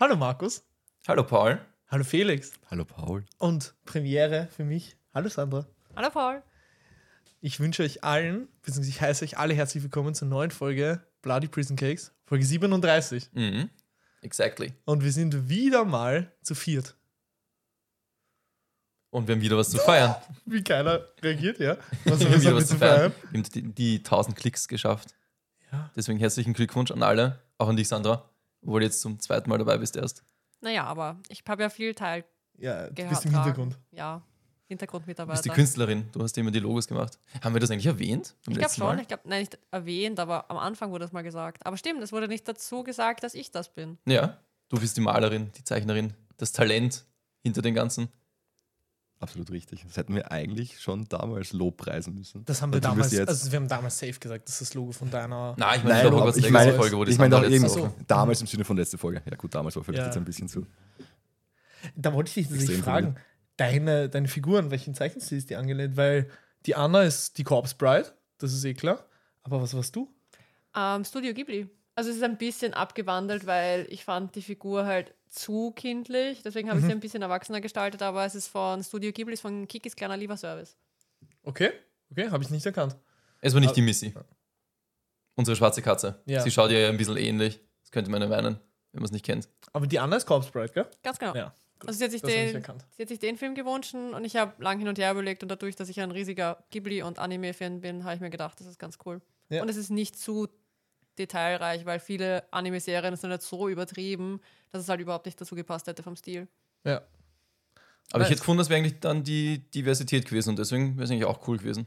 Hallo Markus. Hallo Paul. Hallo Felix. Hallo Paul. Und Premiere für mich. Hallo Sandra. Hallo Paul. Ich wünsche euch allen, beziehungsweise ich heiße euch alle herzlich willkommen zur neuen Folge Bloody Prison Cakes, Folge 37. Mhm. Exactly. Und wir sind wieder mal zu viert. Und wir haben wieder was zu feiern. Wie keiner reagiert, ja? Was Also, Wir haben haben wieder wir was zu feiern. Wir haben die, die 1000 Klicks geschafft. Ja. Deswegen herzlichen Glückwunsch an alle. Auch an dich, Sandra. Obwohl du jetzt zum zweiten Mal dabei bist erst. Naja, aber ich habe ja viel Teil Ja, du gehört. bist im Hintergrund. Ja, Du bist die Hintergrundmitarbeiter. Künstlerin. Du hast immer die Logos gemacht. Haben wir das eigentlich erwähnt? beim Ich glaube letzten schon, Mal? ich glaube, nein, nicht erwähnt, aber am Anfang wurde es mal gesagt. Aber stimmt, es wurde nicht dazu gesagt, dass ich das bin. Ja. Du bist die Malerin, die Zeichnerin, das Talent hinter den Ganzen. Absolut richtig. Das hätten wir eigentlich schon damals lobpreisen müssen. Das haben wir Und du bist damals, jetzt- also wir haben damals safe gesagt, das ist das Logo von deiner. Nein, ich meine, Nein, ich überhaupt- Hogwarts ich meine, Legacy-Folge, wo die ich meine Sandra auch eben letztens- Ach so. damals im Sinne von letzte Folge. Ja gut, damals war vielleicht Ja. jetzt ein bisschen zu. Da wollte ich dich natürlich Extrem fragen, deine, deine Figuren, welchen Zeichenstil ist die angelehnt? Weil die Anna ist die Corpse Bride, das ist eh klar. Aber was warst du? Ähm, Studio Ghibli. Also es ist ein bisschen abgewandelt, weil ich fand die Figur halt zu kindlich. Deswegen habe ich Mhm. sie ein bisschen erwachsener gestaltet, aber es ist von Studio Ghibli, es ist von Kikis kleiner Lieferservice. Okay, okay, habe ich nicht erkannt. Es war nicht die Also- Missy. Unsere schwarze Katze. Ja. Sie schaut ihr ein bisschen ähnlich. Das könnte man erwähnen, wenn man es nicht kennt. Aber die Anna ist Corpse Bride, gell? Ganz genau. Ja. gut. Also sie hat, sich Das habe ich den, erkannt. sie hat sich den Film gewünscht und ich habe lang hin und her überlegt und dadurch, dass ich ein riesiger Ghibli- und Anime-Fan bin, habe ich mir gedacht, das ist ganz cool. Ja. Und es ist nicht zu detailreich, weil viele Anime-Serien sind halt so übertrieben, dass es halt überhaupt nicht dazu gepasst hätte vom Stil. Ja. Aber Nice. ich hätte gefunden, das wäre eigentlich dann die Diversität gewesen und deswegen wäre es eigentlich auch cool gewesen.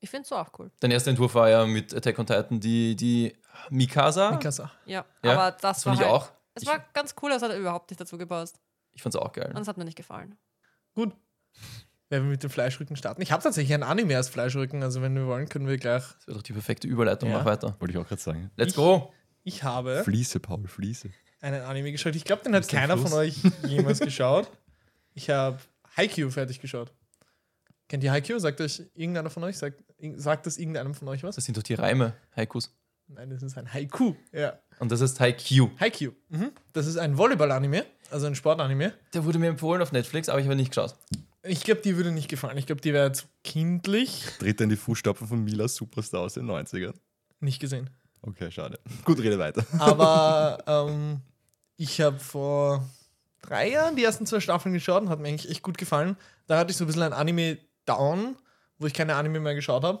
Ich finde es so auch cool. Dein erster Entwurf war ja mit Attack on Titan die, die Mikasa. Mikasa. Ja, Ja, aber das, Das war fand ich halt, auch. Es Ich- war ganz cool, es hat überhaupt nicht dazu gepasst. Ich fand's auch geil. Und es hat mir nicht gefallen. Gut. Werden wir mit dem Fleischrücken starten? Ich habe tatsächlich ein Anime als Fleischrücken, also wenn wir wollen, können wir gleich. Das wäre doch die perfekte Überleitung. Ja. Mach weiter. Wollte ich auch gerade sagen. Let's Ich- go. Ich habe Fließe, Paul, Fließe. einen Anime geschaut. Ich glaube, den hat Bis zum keiner Schluss. von euch jemals geschaut. Ich habe Haikyuu fertig geschaut. Kennt ihr Haikyuu? Sagt euch irgendeiner von euch? Sagt, irg- sagt das irgendeinem von euch was? Das sind doch die Reime, Haikus. Nein, das ist ein Haiku. Ja. Und das ist Haikyuu. Haikyuu. Mhm. Das ist ein Volleyball-Anime, also ein Sportanime. Der wurde mir empfohlen auf Netflix, aber ich habe nicht geschaut. Ich glaube, die würde nicht gefallen. Ich glaube, die wäre zu kindlich. Tritt in die Fußstapfen von Mila Superstar aus den 90ern. Nicht gesehen. Okay, schade. Gut, rede weiter. Aber ähm, ich habe vor drei Jahren die ersten zwei Staffeln geschaut und hat mir eigentlich echt gut gefallen. Da hatte ich so ein bisschen ein Anime-Down, wo ich keine Anime mehr geschaut habe.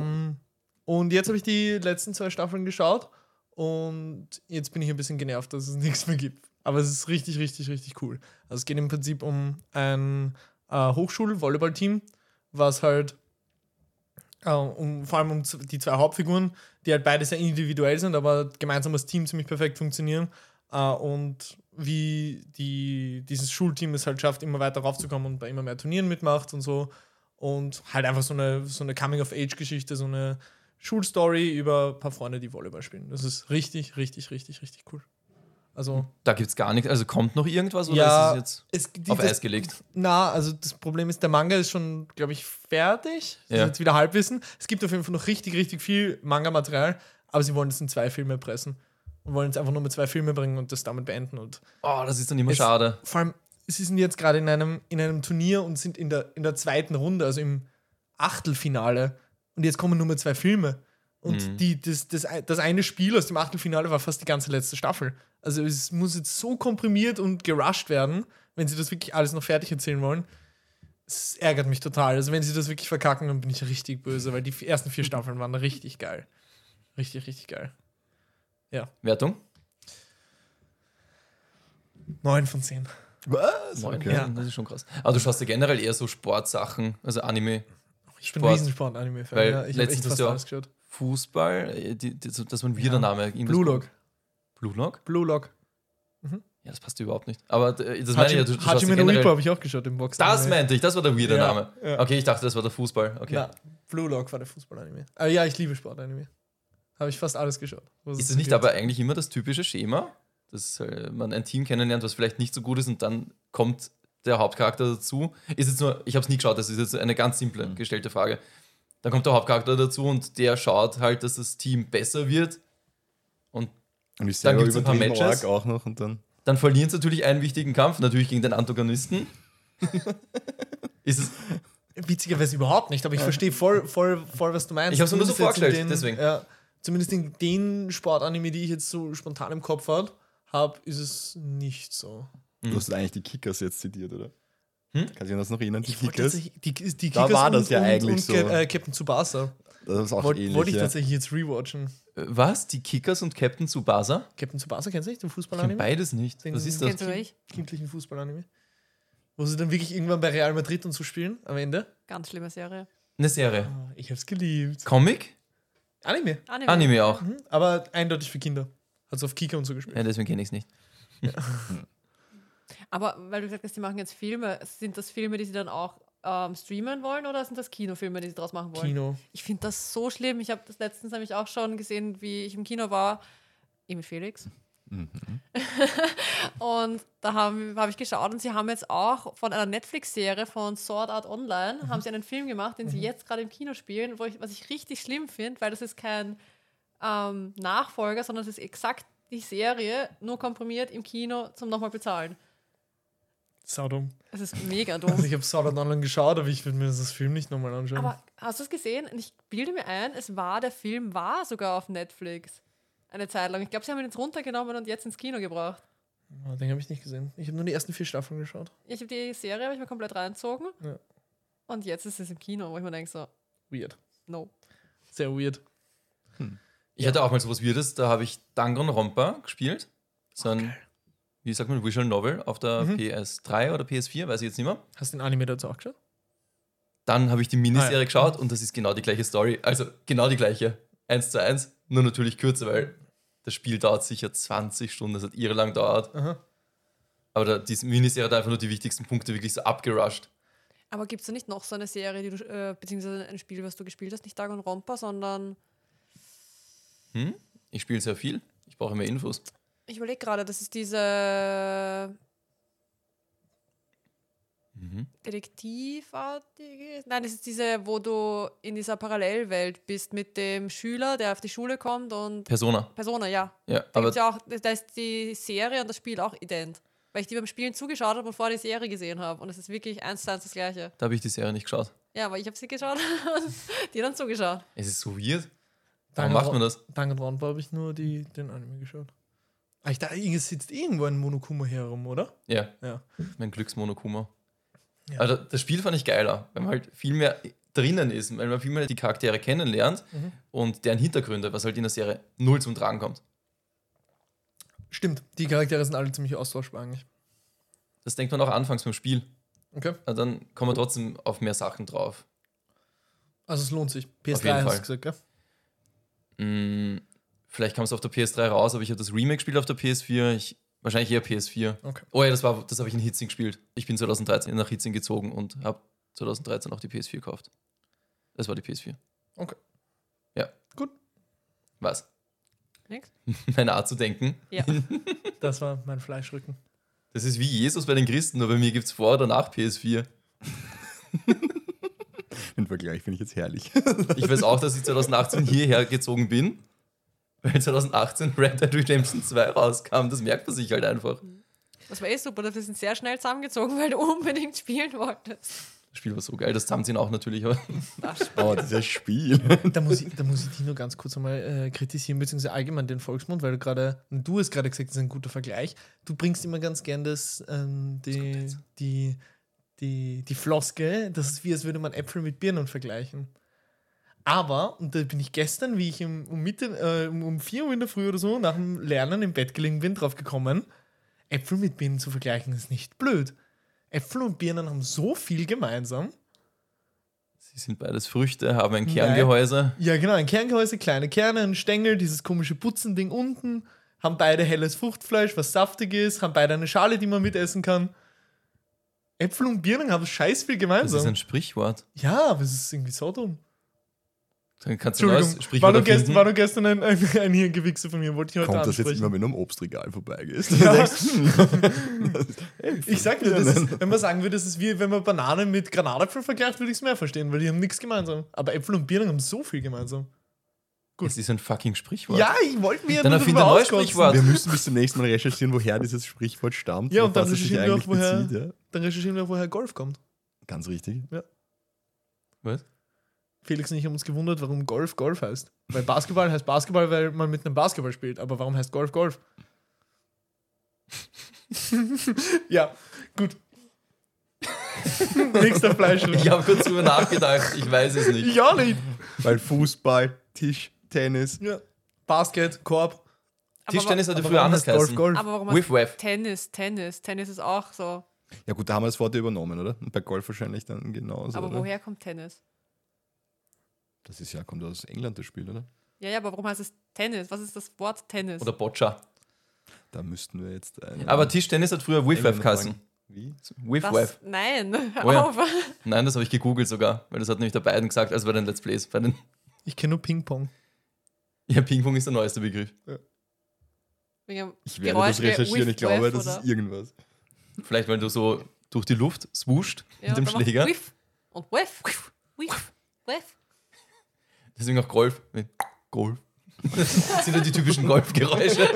Ähm, und jetzt habe ich die letzten zwei Staffeln geschaut und jetzt bin ich ein bisschen genervt, dass es nichts mehr gibt. Aber es ist richtig, richtig, richtig cool. Also es geht im Prinzip um ein äh, Hochschul-Volleyball-Team, was halt äh, um, vor allem um z- die zwei Hauptfiguren, die halt beide sehr individuell sind, aber gemeinsam als Team ziemlich perfekt funktionieren. Äh, und wie die, dieses Schulteam es halt schafft, immer weiter raufzukommen und bei immer mehr Turnieren mitmacht und so. Und halt einfach so eine, so eine Coming-of-Age-Geschichte, so eine Schulstory über ein paar Freunde, die Volleyball spielen. Das ist richtig, richtig, richtig, richtig cool. Also, Da gibt's gar nichts. Also kommt noch irgendwas oder Ja. ist es jetzt es, die, auf das- Eis gelegt? na, also das Problem ist, der Manga ist schon, glaube ich, fertig. Das Ja. ist jetzt wieder Halbwissen. Es gibt auf jeden Fall noch richtig, richtig viel Manga-Material, aber sie wollen es in zwei Filme pressen. Und wollen es einfach nur mit zwei Filmen bringen und das damit beenden. Und Oh, das ist dann immer Es- schade. vor allem, sie sind jetzt gerade in einem, in einem Turnier und sind in der, in der zweiten Runde, also im Achtelfinale. Und jetzt kommen nur mehr zwei Filme. Und Mhm. die, das, das, ei- das eine Spiel aus dem Achtelfinale war fast die ganze letzte Staffel. Also es muss jetzt so komprimiert und gerusht werden, wenn sie das wirklich alles noch fertig erzählen wollen. Es ärgert mich total. Also wenn sie das wirklich verkacken, dann bin ich richtig böse, weil die f- ersten vier Staffeln waren richtig geil. Richtig, richtig geil. Wertung? Neun von zehn. Was? Neun. Okay. Ja. Das ist schon krass. Aber du schaust ja generell eher so Sportsachen, also Anime, Ich bin Sport. ein Riesensport-Anime-Fan. Weil Ja. Ich habe letztens echt hast fast du ja- alles geschaut. Fußball. äh, Die, die, so- das war ein wieder Ja. Name. Irgendwas- Blue Lock. Blue Lock? Blue Lock. Ja, das passt überhaupt nicht. Aber äh, das meine ich Hachim- ja, du, du schaust ja Hachime no Ippo generell. habe ich auch geschaut im Boxen. Das meinte ich, das war der weirde Ja, Name. ja. Okay, ich dachte, das war der Fußball. Okay. Na, Blue Lock war der Fußballanime. Aber Ah, ja, ich liebe Sportanime. Habe ich fast alles geschaut. was Ist so es nicht gibt. aber eigentlich immer das typische Schema, dass äh, man ein Team kennenlernt, was vielleicht nicht so gut ist und dann kommt der Hauptcharakter dazu? Ist jetzt nur, ich habe es nie geschaut, das ist jetzt eine ganz simple Mhm. gestellte Frage. Dann kommt der Hauptcharakter dazu und der schaut halt, dass das Team besser wird. Und ich Dann selber gibt's ein über paar den Matches. Org auch noch und dann. Dann verlieren sie natürlich einen wichtigen Kampf, natürlich gegen den Antagonisten. ist es, Witzigerweise überhaupt nicht, aber ich verstehe voll, voll, voll, was du meinst. Ich hab's mir nur so Zumindest jetzt in vorgestellt, deswegen. Ja, zumindest in den Sportanime, die ich jetzt so spontan im Kopf habe, hab, ist es nicht so. Du hast eigentlich die Kickers jetzt zitiert, oder? Mhm. Hm? Kannst du dich das noch erinnern, die Ich wollte Kickers? tatsächlich- die, die Da Kickers war das ja eigentlich und so. Cap- äh, Captain Tsubasa. Das ist auch Wollt- Wollte ähnlich. ich ja. tatsächlich jetzt rewatchen. äh, was? Die Kickers und Captain Tsubasa? Captain Tsubasa kennst du nicht, den Ich kenn Fußballanime? beides nicht. Den- Was ist das? Kennst du nicht? Kindlichen Fußballanime. Wo sie dann wirklich irgendwann bei Real Madrid und so spielen am Ende. Ganz schlimme Serie. Eine Serie. Ah, Ich hab's geliebt. Comic? Anime. Anime. Anime auch. Mhm. Aber eindeutig für Kinder. Hat's auf Kika und so gespielt. Ja, deswegen kenne ich es nicht. Aber weil du gesagt hast, die machen jetzt Filme, sind das Filme, die sie dann auch ähm, streamen wollen oder sind das Kinofilme, die sie draus machen wollen? Kino. Ich finde das so schlimm. Ich habe das letztens nämlich auch schon gesehen, wie ich im Kino war, eben mit Felix. Mhm. und da habe hab ich geschaut und sie haben jetzt auch von einer Netflix-Serie von Sword Art Online haben sie einen Film gemacht, den sie jetzt gerade im Kino spielen, wo ich, was ich richtig schlimm finde, weil das ist kein ähm, Nachfolger, sondern es ist exakt die Serie, nur komprimiert im Kino zum nochmal bezahlen. Saudum. Es ist mega Also dumm. ich habe Sword Art Online geschaut, aber ich würde mir das Film nicht nochmal anschauen. Aber hast du es gesehen? Und Ich bilde mir ein, es war, der Film war sogar auf Netflix. Eine Zeit lang. Ich glaube, sie haben ihn jetzt runtergenommen und jetzt ins Kino gebracht. Ah, den habe ich nicht gesehen. Ich habe nur die ersten vier Staffeln geschaut. Ich habe die Serie hab ich mir komplett reinzogen. Ja. Und jetzt ist es im Kino, wo ich mir denke so, Weird. no. Sehr weird. Ich hatte auch mal sowas Weirdes, da habe ich Danganronpa gespielt. So ein, wie sagt man, Visual Novel auf der Mhm. PS3 oder PS4, weiß ich jetzt nicht mehr. Hast du den Anime dazu auch geschaut? Dann habe ich die Miniserie Ah, ja. geschaut und das ist genau die gleiche Story. Also genau die gleiche. Eins zu eins, nur natürlich kürzer, weil das Spiel dauert sicher 20 Stunden, das hat irre lang dauert. Aha. Aber da, diese Miniserie hat einfach nur die wichtigsten Punkte wirklich so abgerusht. Aber gibt es da nicht noch so eine Serie, die du, äh, beziehungsweise ein Spiel, was du gespielt hast? Nicht Dag und Rompa, sondern Hm? Ich spiele sehr viel, ich brauche mehr Infos. ich überlege gerade, das ist diese Mhm. Detektivartige. Nein, das ist diese, wo du in dieser Parallelwelt bist mit dem Schüler, der auf die Schule kommt und Persona, Persona, ja. ja. Da, Aber gibt's ja auch, da ist die Serie und das Spiel auch ident. Weil ich die beim Spielen zugeschaut habe und vorher die Serie gesehen habe. Und es ist wirklich eins zu eins das Gleiche. da habe ich die Serie nicht geschaut. Ja, aber ich habe sie geschaut und die dann zugeschaut. Es ist so weird. Warum macht man das? Danganronpa habe ich nur die, den Anime geschaut. Ah, ich dachte, es sitzt irgendwo ein Monokuma herum, oder? Ja. Ja. Mein Glücksmonokuma. Ja. Also das Spiel fand ich geiler, weil man halt viel mehr drinnen ist, weil man viel mehr die Charaktere kennenlernt Mhm. und deren Hintergründe, was halt in der Serie null zum Tragen kommt. Stimmt, die Charaktere sind alle ziemlich austauschbar eigentlich. Das denkt man auch anfangs beim Spiel. Okay. Aber dann kommt man trotzdem auf mehr Sachen drauf. Also es lohnt sich. Auf jeden PS3 hast Fall. du gesagt, gell? Hm, vielleicht kam es auf der PS3 raus, aber ich habe das Remake gespielt auf der PS4. Ich, wahrscheinlich eher PS4. Okay. Oh ja, das, war- das habe ich in Hitzing gespielt. Ich bin 2013 nach Hitzing gezogen und habe 2013 auch die PS4 gekauft. Das war die PS4. Okay. Ja. Gut. Was? Nix? meine Art zu denken. Ja. Das war mein Fleischrücken. Das ist wie Jesus bei den Christen, nur bei mir gibt es vor oder nach PS4. Den Vergleich finde ich jetzt herrlich. Ich weiß auch, dass ich 2018 hierher gezogen bin, weil 2018 Red Dead Redemption 2 rauskam. Das merkt man sich halt einfach. Das war eh super, dass wir sind sehr schnell zusammengezogen, weil du unbedingt spielen wolltest. Das Spiel war so geil, das Tamsin auch natürlich. Aber Aber das ist ja Spiel. Da muss ich, da muss ich dich nur ganz kurz einmal äh, kritisieren, beziehungsweise allgemein den Volksmund, weil du gerade, du hast gerade gesagt, das ist ein guter Vergleich. Du bringst immer ganz gern das, ähm, die, die, die, die Floskel, das ist wie, als würde man Äpfel mit Birnen vergleichen. Aber, und da bin ich gestern, wie ich um, um, Mitte, äh, um- um 4 Uhr in der Früh oder so nach dem Lernen im Bett gelegen bin, drauf gekommen, Äpfel mit Birnen zu vergleichen ist nicht blöd. Äpfel und Birnen haben so viel gemeinsam. sie sind beides Früchte, haben ein Nein. Kerngehäuse. Ja, genau, ein Kerngehäuse, kleine Kerne, ein Stängel, dieses komische Putzending unten, haben beide helles Fruchtfleisch, was saftig ist, haben beide eine Schale, die man mitessen kann. Äpfel und Birnen haben scheiß viel Das ist gemeinsam. ein Sprichwort. Ja, aber es ist irgendwie so dumm. Dann kannst du ein neues Entschuldigung, war Sprichwort nur, gestern, war erfinden. nur gestern ein, ein, ein Hirngewichse von mir, wollte ich heute Kommt das jetzt ansprechen. immer, wenn du am Obstregal vorbeigehst? Ja. Äpfel. ich sag dir, das ist, wenn man sagen würde, das ist wie wenn man Banane mit Granatapfel vergleicht, würde ich es mehr verstehen, weil die haben nichts gemeinsam. Aber Äpfel und Birnen haben so viel gemeinsam. Gut. Es ist ein fucking Sprichwort. Ja, ich wollte mir Dann nur erfinde drüber ein neues auskotzen. Sprichwort. Wir müssen bis zum nächsten Mal recherchieren, woher dieses Sprichwort stammt. Ja, auf und dann was es sich recherchieren wir auch, eigentlich woher- bezieht, ja. Dann recherchieren wir, woher Golf kommt. Ganz richtig. Was? Felix und ich haben uns gewundert, warum Golf Golf heißt. Weil Basketball heißt Basketball, weil man mit einem Basketball spielt. Aber warum heißt Golf Golf? ja, gut. Nächster Fleisch. Ich habe kurz drüber nachgedacht, ich weiß es nicht. Ich auch nicht. Weil Fußball, Tisch, Tennis. Ja. Basket, Korb. Tischtennis hatte Aber früher warum anders heißt Golf geheißen. Golf. Aber warum Whiff Waff. Tennis, Tennis, Tennis ist auch so. Ja gut, da haben wir das Wort ja übernommen, oder? Und bei Golf wahrscheinlich dann genauso. aber oder? woher kommt Tennis? Das ist ja, kommt aus England das Spiel, oder? Ja, ja, aber warum heißt es Tennis? Was ist das Wort Tennis? Oder Boccia. Da müssten wir jetzt. einen- Aber Tischtennis hat früher Whiff Waff Engländer geheißen. fragen. Wie? Whiff was? Waff. Nein, hör Oh ja. auf. Nein, das habe ich gegoogelt sogar, weil das hat nämlich der beiden gesagt, also bei den Let's Plays. Bei den Ich kenne nur Ping-Pong. ja, Ping-Pong ist der neueste Begriff. Wegen dem Ich werde Geräusch, das recherchieren, Whiff, ich glaube, Whiff, das oder? ist irgendwas. Vielleicht, weil du so durch die Luft swoosht Ja, mit dem und dann Schläger. macht Whiff und Whiff, Whiff, Whiff, Whiff. Deswegen auch Golf. Golf. Das sind ja die typischen Golfgeräusche.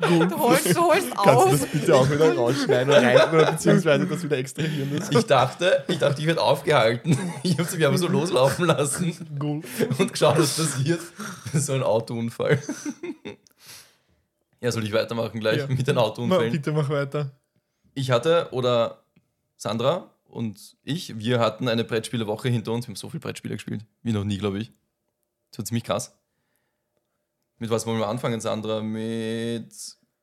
Du holst, du holst Kannst du das auf. bitte auch wieder rausschneiden oder, rein, oder beziehungsweise das wieder extrahieren? Das Ich dachte, ich dachte, ich werde aufgehalten. Ich habe sie mir aber so loslaufen lassen Golf. und geschaut, was passiert. Das ist so ein Autounfall. Ja, soll ich weitermachen gleich Ja. mit den Ma, Autounfällen? bitte mach weiter. ich hatte oder Sandra und ich, wir hatten eine Brettspielewoche hinter uns. Wir haben so viel Brettspiele gespielt, wie noch nie, glaube ich. Das war ziemlich krass. Mit was wollen wir anfangen, Sandra? Mit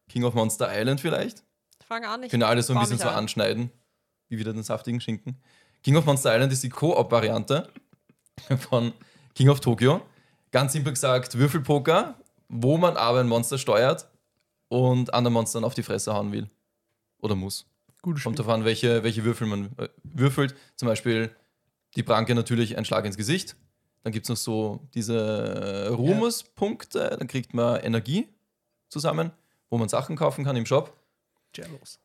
King of Monster Island vielleicht? Fang an, ich Können wir alles so ein baue bisschen mich so ein. anschneiden, wie wieder den saftigen Schinken. King of Monster Island ist die Koop-Variante von King of Tokyo. Ganz simpel gesagt, Würfelpoker, wo man aber ein Monster steuert und anderen Monstern auf die Fresse hauen will. Oder muss. Gutes Spiel. Kommt darauf an, welche, welche Würfel man äh, würfelt. Zum Beispiel die Pranke natürlich ein Schlag ins Gesicht. Dann gibt es noch so diese äh, Ruhmespunkte. Dann kriegt man Energie zusammen, wo man Sachen kaufen kann im Shop. Jealous.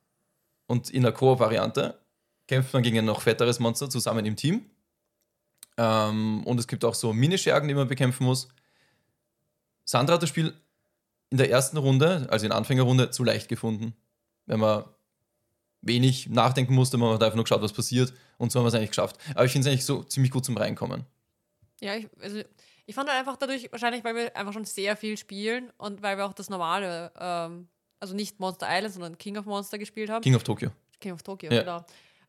Und in der Koop-Variante kämpft man gegen ein noch fetteres Monster zusammen im Team. Ähm, und es gibt auch so Minischergen, die man bekämpfen muss. Sandra hat das Spiel in der ersten Runde, also in der Anfängerrunde, zu leicht gefunden. Wenn man wenig nachdenken musste, man hat einfach nur geschaut, was passiert. Und so haben wir es eigentlich geschafft. Aber ich finde es eigentlich so ziemlich gut zum Reinkommen. Ja, ich, also, ich fand halt einfach dadurch, wahrscheinlich, weil wir einfach schon sehr viel spielen und weil wir auch das normale, ähm, also nicht Monster Island, sondern King of Monster gespielt haben. King, King of Tokyo. of Tokyo, Ja. genau.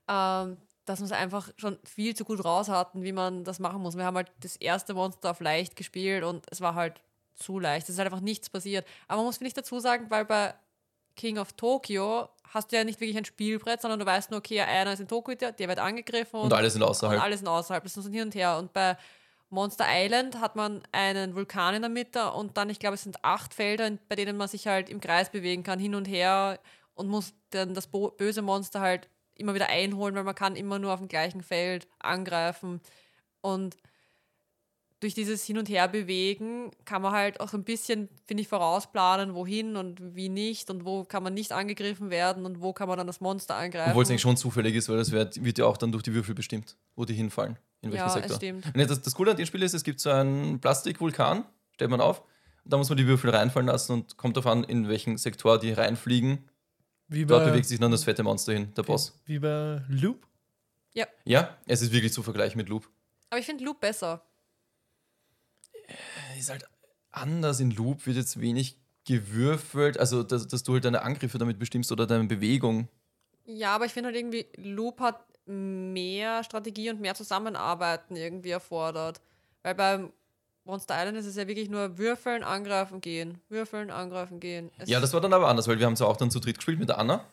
Ähm, dass wir es einfach schon viel zu gut raus hatten, wie man das machen muss. Wir haben halt das erste Monster auf leicht gespielt und es war halt zu leicht. Es ist halt einfach nichts passiert. Aber man muss, finde ich, dazu sagen, weil bei King of Tokyo hast du ja nicht wirklich ein Spielbrett, sondern du weißt nur, okay, einer ist in Tokio, der, der wird angegriffen Und alle sind und außerhalb. alles sind außerhalb. Das ist ein Hin und Her. Und bei Monster Island hat man einen Vulkan in der Mitte und dann, ich glaube, es sind acht Felder, in- bei denen man sich halt im Kreis bewegen kann, hin und her und muss dann das bo- böse Monster halt immer wieder einholen, weil man kann immer nur auf dem gleichen Feld angreifen. Und durch dieses Hin und Her bewegen kann man halt auch ein bisschen, finde ich, vorausplanen, wohin und wie nicht und wo kann man nicht angegriffen werden und wo kann man dann das Monster angreifen. Obwohl es eigentlich schon zufällig ist, weil das wird, wird ja auch dann durch die Würfel bestimmt, wo die hinfallen. In welchem ja, es Sektor. stimmt. Nee, das, das Coole an dem Spiel ist, es gibt so einen Plastikvulkan, stellt man auf, und da muss man die Würfel reinfallen lassen und kommt darauf an, in welchen Sektor die reinfliegen. Wie Dort bei, bewegt sich dann das fette Monster hin, der Boss. wie bei Loop. Ja, es ist wirklich zu vergleichen mit Loop. Aber ich finde Loop besser. Ist halt anders in Loop, wird jetzt wenig gewürfelt, also dass, dass du halt deine Angriffe damit bestimmst oder deine Bewegung. Ja, aber ich finde halt irgendwie, Loop hat mehr Strategie und mehr Zusammenarbeiten irgendwie erfordert. Weil beim Monster Island ist es ja wirklich nur würfeln, angreifen, gehen. Würfeln, angreifen, gehen. Es Ja, das war dann aber anders, weil wir haben es auch dann zu dritt gespielt mit der Anna.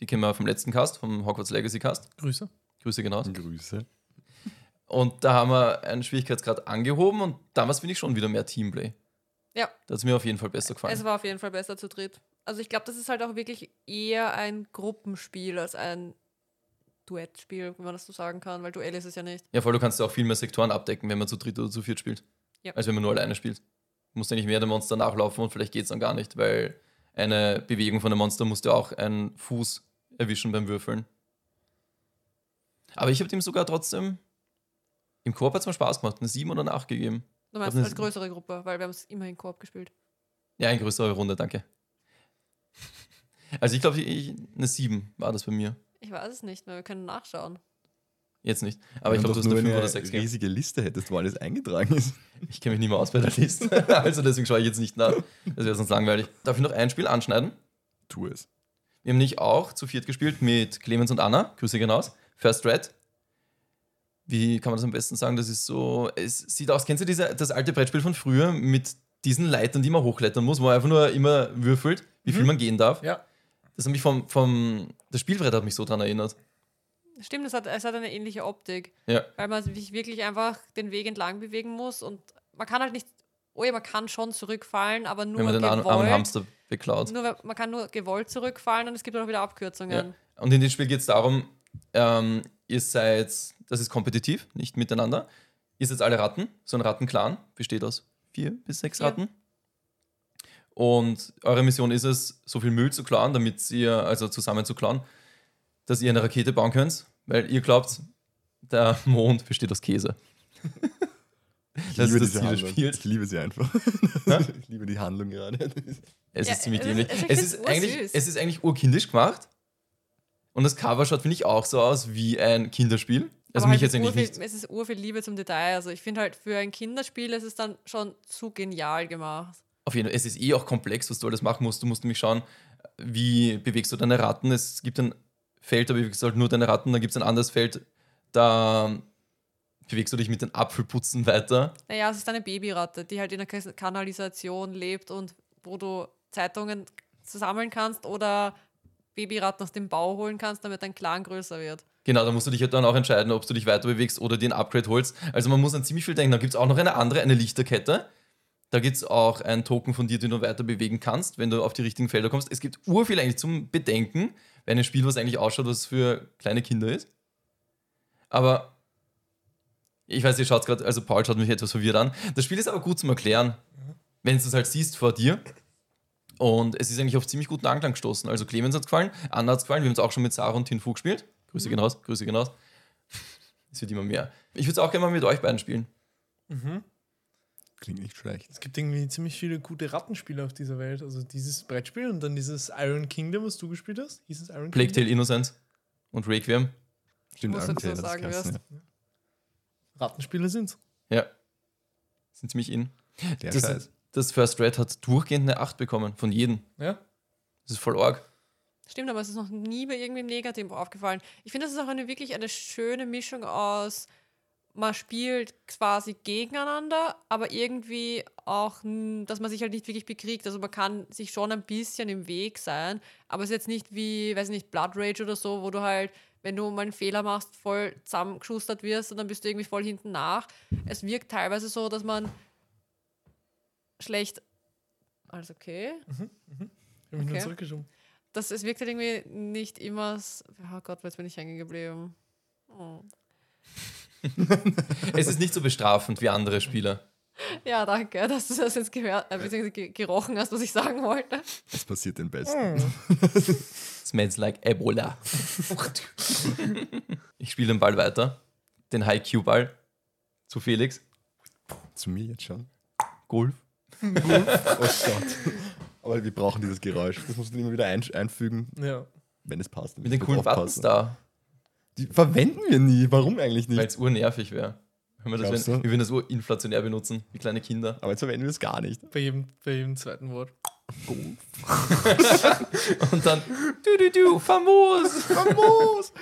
Die kennen wir vom letzten Cast, vom Hogwarts Legacy Cast. Grüße. Grüße genau. Grüße. Und da haben wir einen Schwierigkeitsgrad angehoben und damals finde ich schon wieder mehr Teamplay. Ja. Also Das hat mir auf jeden Fall besser gefallen. es war auf jeden Fall besser zu dritt. Also ich glaube, das ist halt auch wirklich eher ein Gruppenspiel als ein Duettspiel, wenn man das so sagen kann, weil Duell ist es ja nicht. Ja, vor allem du kannst ja auch viel mehr Sektoren abdecken, wenn man zu dritt oder zu viert spielt, Ja. als wenn man nur alleine spielt. Du musst eigentlich mehr dem Monster nachlaufen und vielleicht geht es dann gar nicht, weil eine Bewegung von einem Monster musst du auch einen Fuß erwischen beim Würfeln. Aber ich habe dem sogar trotzdem im Korb hat's mir Spaß gemacht, eine 7 oder eine 8 gegeben. Du meinst Hatten als Sie- größere Gruppe, weil wir haben es immerhin Koop gespielt. Ja, eine größere Runde, danke. Also ich glaube, ich, eine 7 war das bei mir. Ich weiß es nicht mehr, wir können nachschauen. Jetzt nicht. Aber ich Wir haben glaube, du doch hast eine nur 5 oder 6 gegeben. riesige Liste hättest, wo alles eingetragen ist. Ich kenne mich nicht mehr aus bei der Liste. Also deswegen schaue ich jetzt nicht nach. Das wäre sonst langweilig. Darf ich noch ein Spiel anschneiden? Tu es. Wir haben nicht auch zu viert gespielt mit Clemens und Anna. Grüße gehen raus. First Red. Wie kann man das am besten sagen? Das ist so, es sieht aus, kennst du diese, das alte Brettspiel von früher mit diesen Leitern, die man hochklettern muss, wo man einfach nur immer würfelt, wie viel Mhm. man gehen darf? Ja. Das hat mich vom, vom, das Spielbrett hat mich so dran erinnert. Stimmt, es hat, es hat eine ähnliche Optik, Ja. weil man sich wirklich einfach den Weg entlang bewegen muss und man kann halt nicht, oh ja, man kann schon zurückfallen, aber nur Wenn man den armen armen gewollt. Hamster beklaut. Nur, wenn- man kann nur gewollt zurückfallen und es gibt auch wieder Abkürzungen. Und in dem Spiel geht es darum, ähm, ihr seid, das ist kompetitiv, nicht miteinander. Ihr seid alle Ratten, so ein Rattenclan besteht aus vier bis sechs Ja. Ratten. Und eure Mission ist es, so viel Müll zu klauen, damit ihr, also zusammen zu klauen, dass ihr eine Rakete bauen könnt, weil ihr glaubt, der Mond besteht aus Käse. Ich Das ist diese das Ziel des Handlung. Spiels. Ich liebe sie einfach. ich liebe die Handlung gerade. Es Ja, ist ziemlich es ist- dämlich. also ich Es find's ist, eigentlich, ursüß. es ist eigentlich urkindisch gemacht. Und das Cover schaut, finde ich, auch so aus wie ein Kinderspiel. Also Aber mich halt jetzt eigentlich nicht. urviel- Es ist ur viel Liebe zum Detail. Also ich finde halt für ein Kinderspiel ist es dann schon zu genial gemacht. Auf jeden Fall, es ist eh auch komplex, was du alles machen musst. Du musst nämlich schauen, wie bewegst du deine Ratten. Es gibt ein Feld, da bewegst du halt nur deine Ratten. Dann gibt es ein anderes Feld, da bewegst du dich mit den Apfelputzen weiter. Naja, es ist eine Babyratte, die halt in der Kas- Kanalisation lebt und wo du Zeitungen sammeln kannst oder Babyratten aus dem Bau holen kannst, damit dein Clan größer wird. Genau, da musst du dich halt dann auch entscheiden, ob du dich weiter bewegst oder den Upgrade holst. Also man muss an ziemlich viel denken. Dann gibt es auch noch eine andere, eine Lichterkette. Da gibt es auch einen Token von dir, den du weiter bewegen kannst, wenn du auf die richtigen Felder kommst. Es gibt urviel eigentlich zum Bedenken, wenn ein Spiel, was eigentlich ausschaut, was für kleine Kinder ist. Aber ich weiß, ihr schaut gerade, also Paul schaut mich etwas verwirrt an. Das Spiel ist aber gut zum Erklären, wenn du es halt siehst vor dir. Und es ist eigentlich auf ziemlich guten Anklang gestoßen. Also Clemens hat gefallen, Anna hat gefallen, wir haben es auch schon mit Sarah und Tin Fu gespielt. Grüße gehen raus, Grüße gehen raus. Es wird immer mehr. Ich würde es auch gerne mal mit euch beiden spielen. Mhm. Klingt nicht schlecht. Es gibt irgendwie ziemlich viele gute Rattenspiele auf dieser Welt. Also dieses Brettspiel und dann dieses Iron Kingdom, was du gespielt hast. Hieß es Iron Plague Kingdom? Tale Innocence und Requiem. Stimmt, Muss Iron dazu Tail, das sagen, krass, ne? wirst. Rattenspiele sind's. Ja. Sind ziemlich in. ja. Der Das, Scheiß. das First Red hat durchgehend eine 8 bekommen, von jedem. Ja. Das ist voll arg. Stimmt, aber es ist noch nie bei irgendwem negativ aufgefallen. Ich finde, das ist auch eine wirklich eine schöne Mischung aus, man spielt quasi gegeneinander, aber irgendwie auch, n- dass man sich halt nicht wirklich bekriegt. Also man kann sich schon ein bisschen im Weg sein, aber es ist jetzt nicht wie, weiß ich nicht, Blood Rage oder so, wo du halt, wenn du mal einen Fehler machst, voll zusammengeschustert wirst und dann bist du irgendwie voll hinten nach. Es wirkt teilweise so, dass man schlecht. Alles okay? Ich hab mich nur Okay. zurückgeschoben. das, es wirkt halt irgendwie nicht immer. s- Oh Gott, jetzt bin ich hängen geblieben. Oh. es ist nicht so bestrafend wie andere Spiele. Ja, danke, dass du das jetzt gehört, äh, beziehungsweise ge- gerochen hast, was ich sagen wollte. Das passiert den Besten. Smells like Ebola. ich spiele den Ball weiter. Den High-Q-Ball. Zu Felix. Zu mir jetzt schon. Golf. Oh Gott. Aber wir brauchen dieses Geräusch. Das musst du immer wieder einsch- einfügen, Ja. wenn es passt. Mit den coolen Buttons da. Die verwenden wir nie. Warum eigentlich Weil nicht? es urnervig wäre. Wenn wir das, Glaubst wenn, du? wir würden das urinflationär benutzen, wie kleine Kinder. Aber jetzt verwenden wir es gar nicht. Bei jedem, bei jedem zweiten Wort. Und dann, du, du, du, famos. Famos!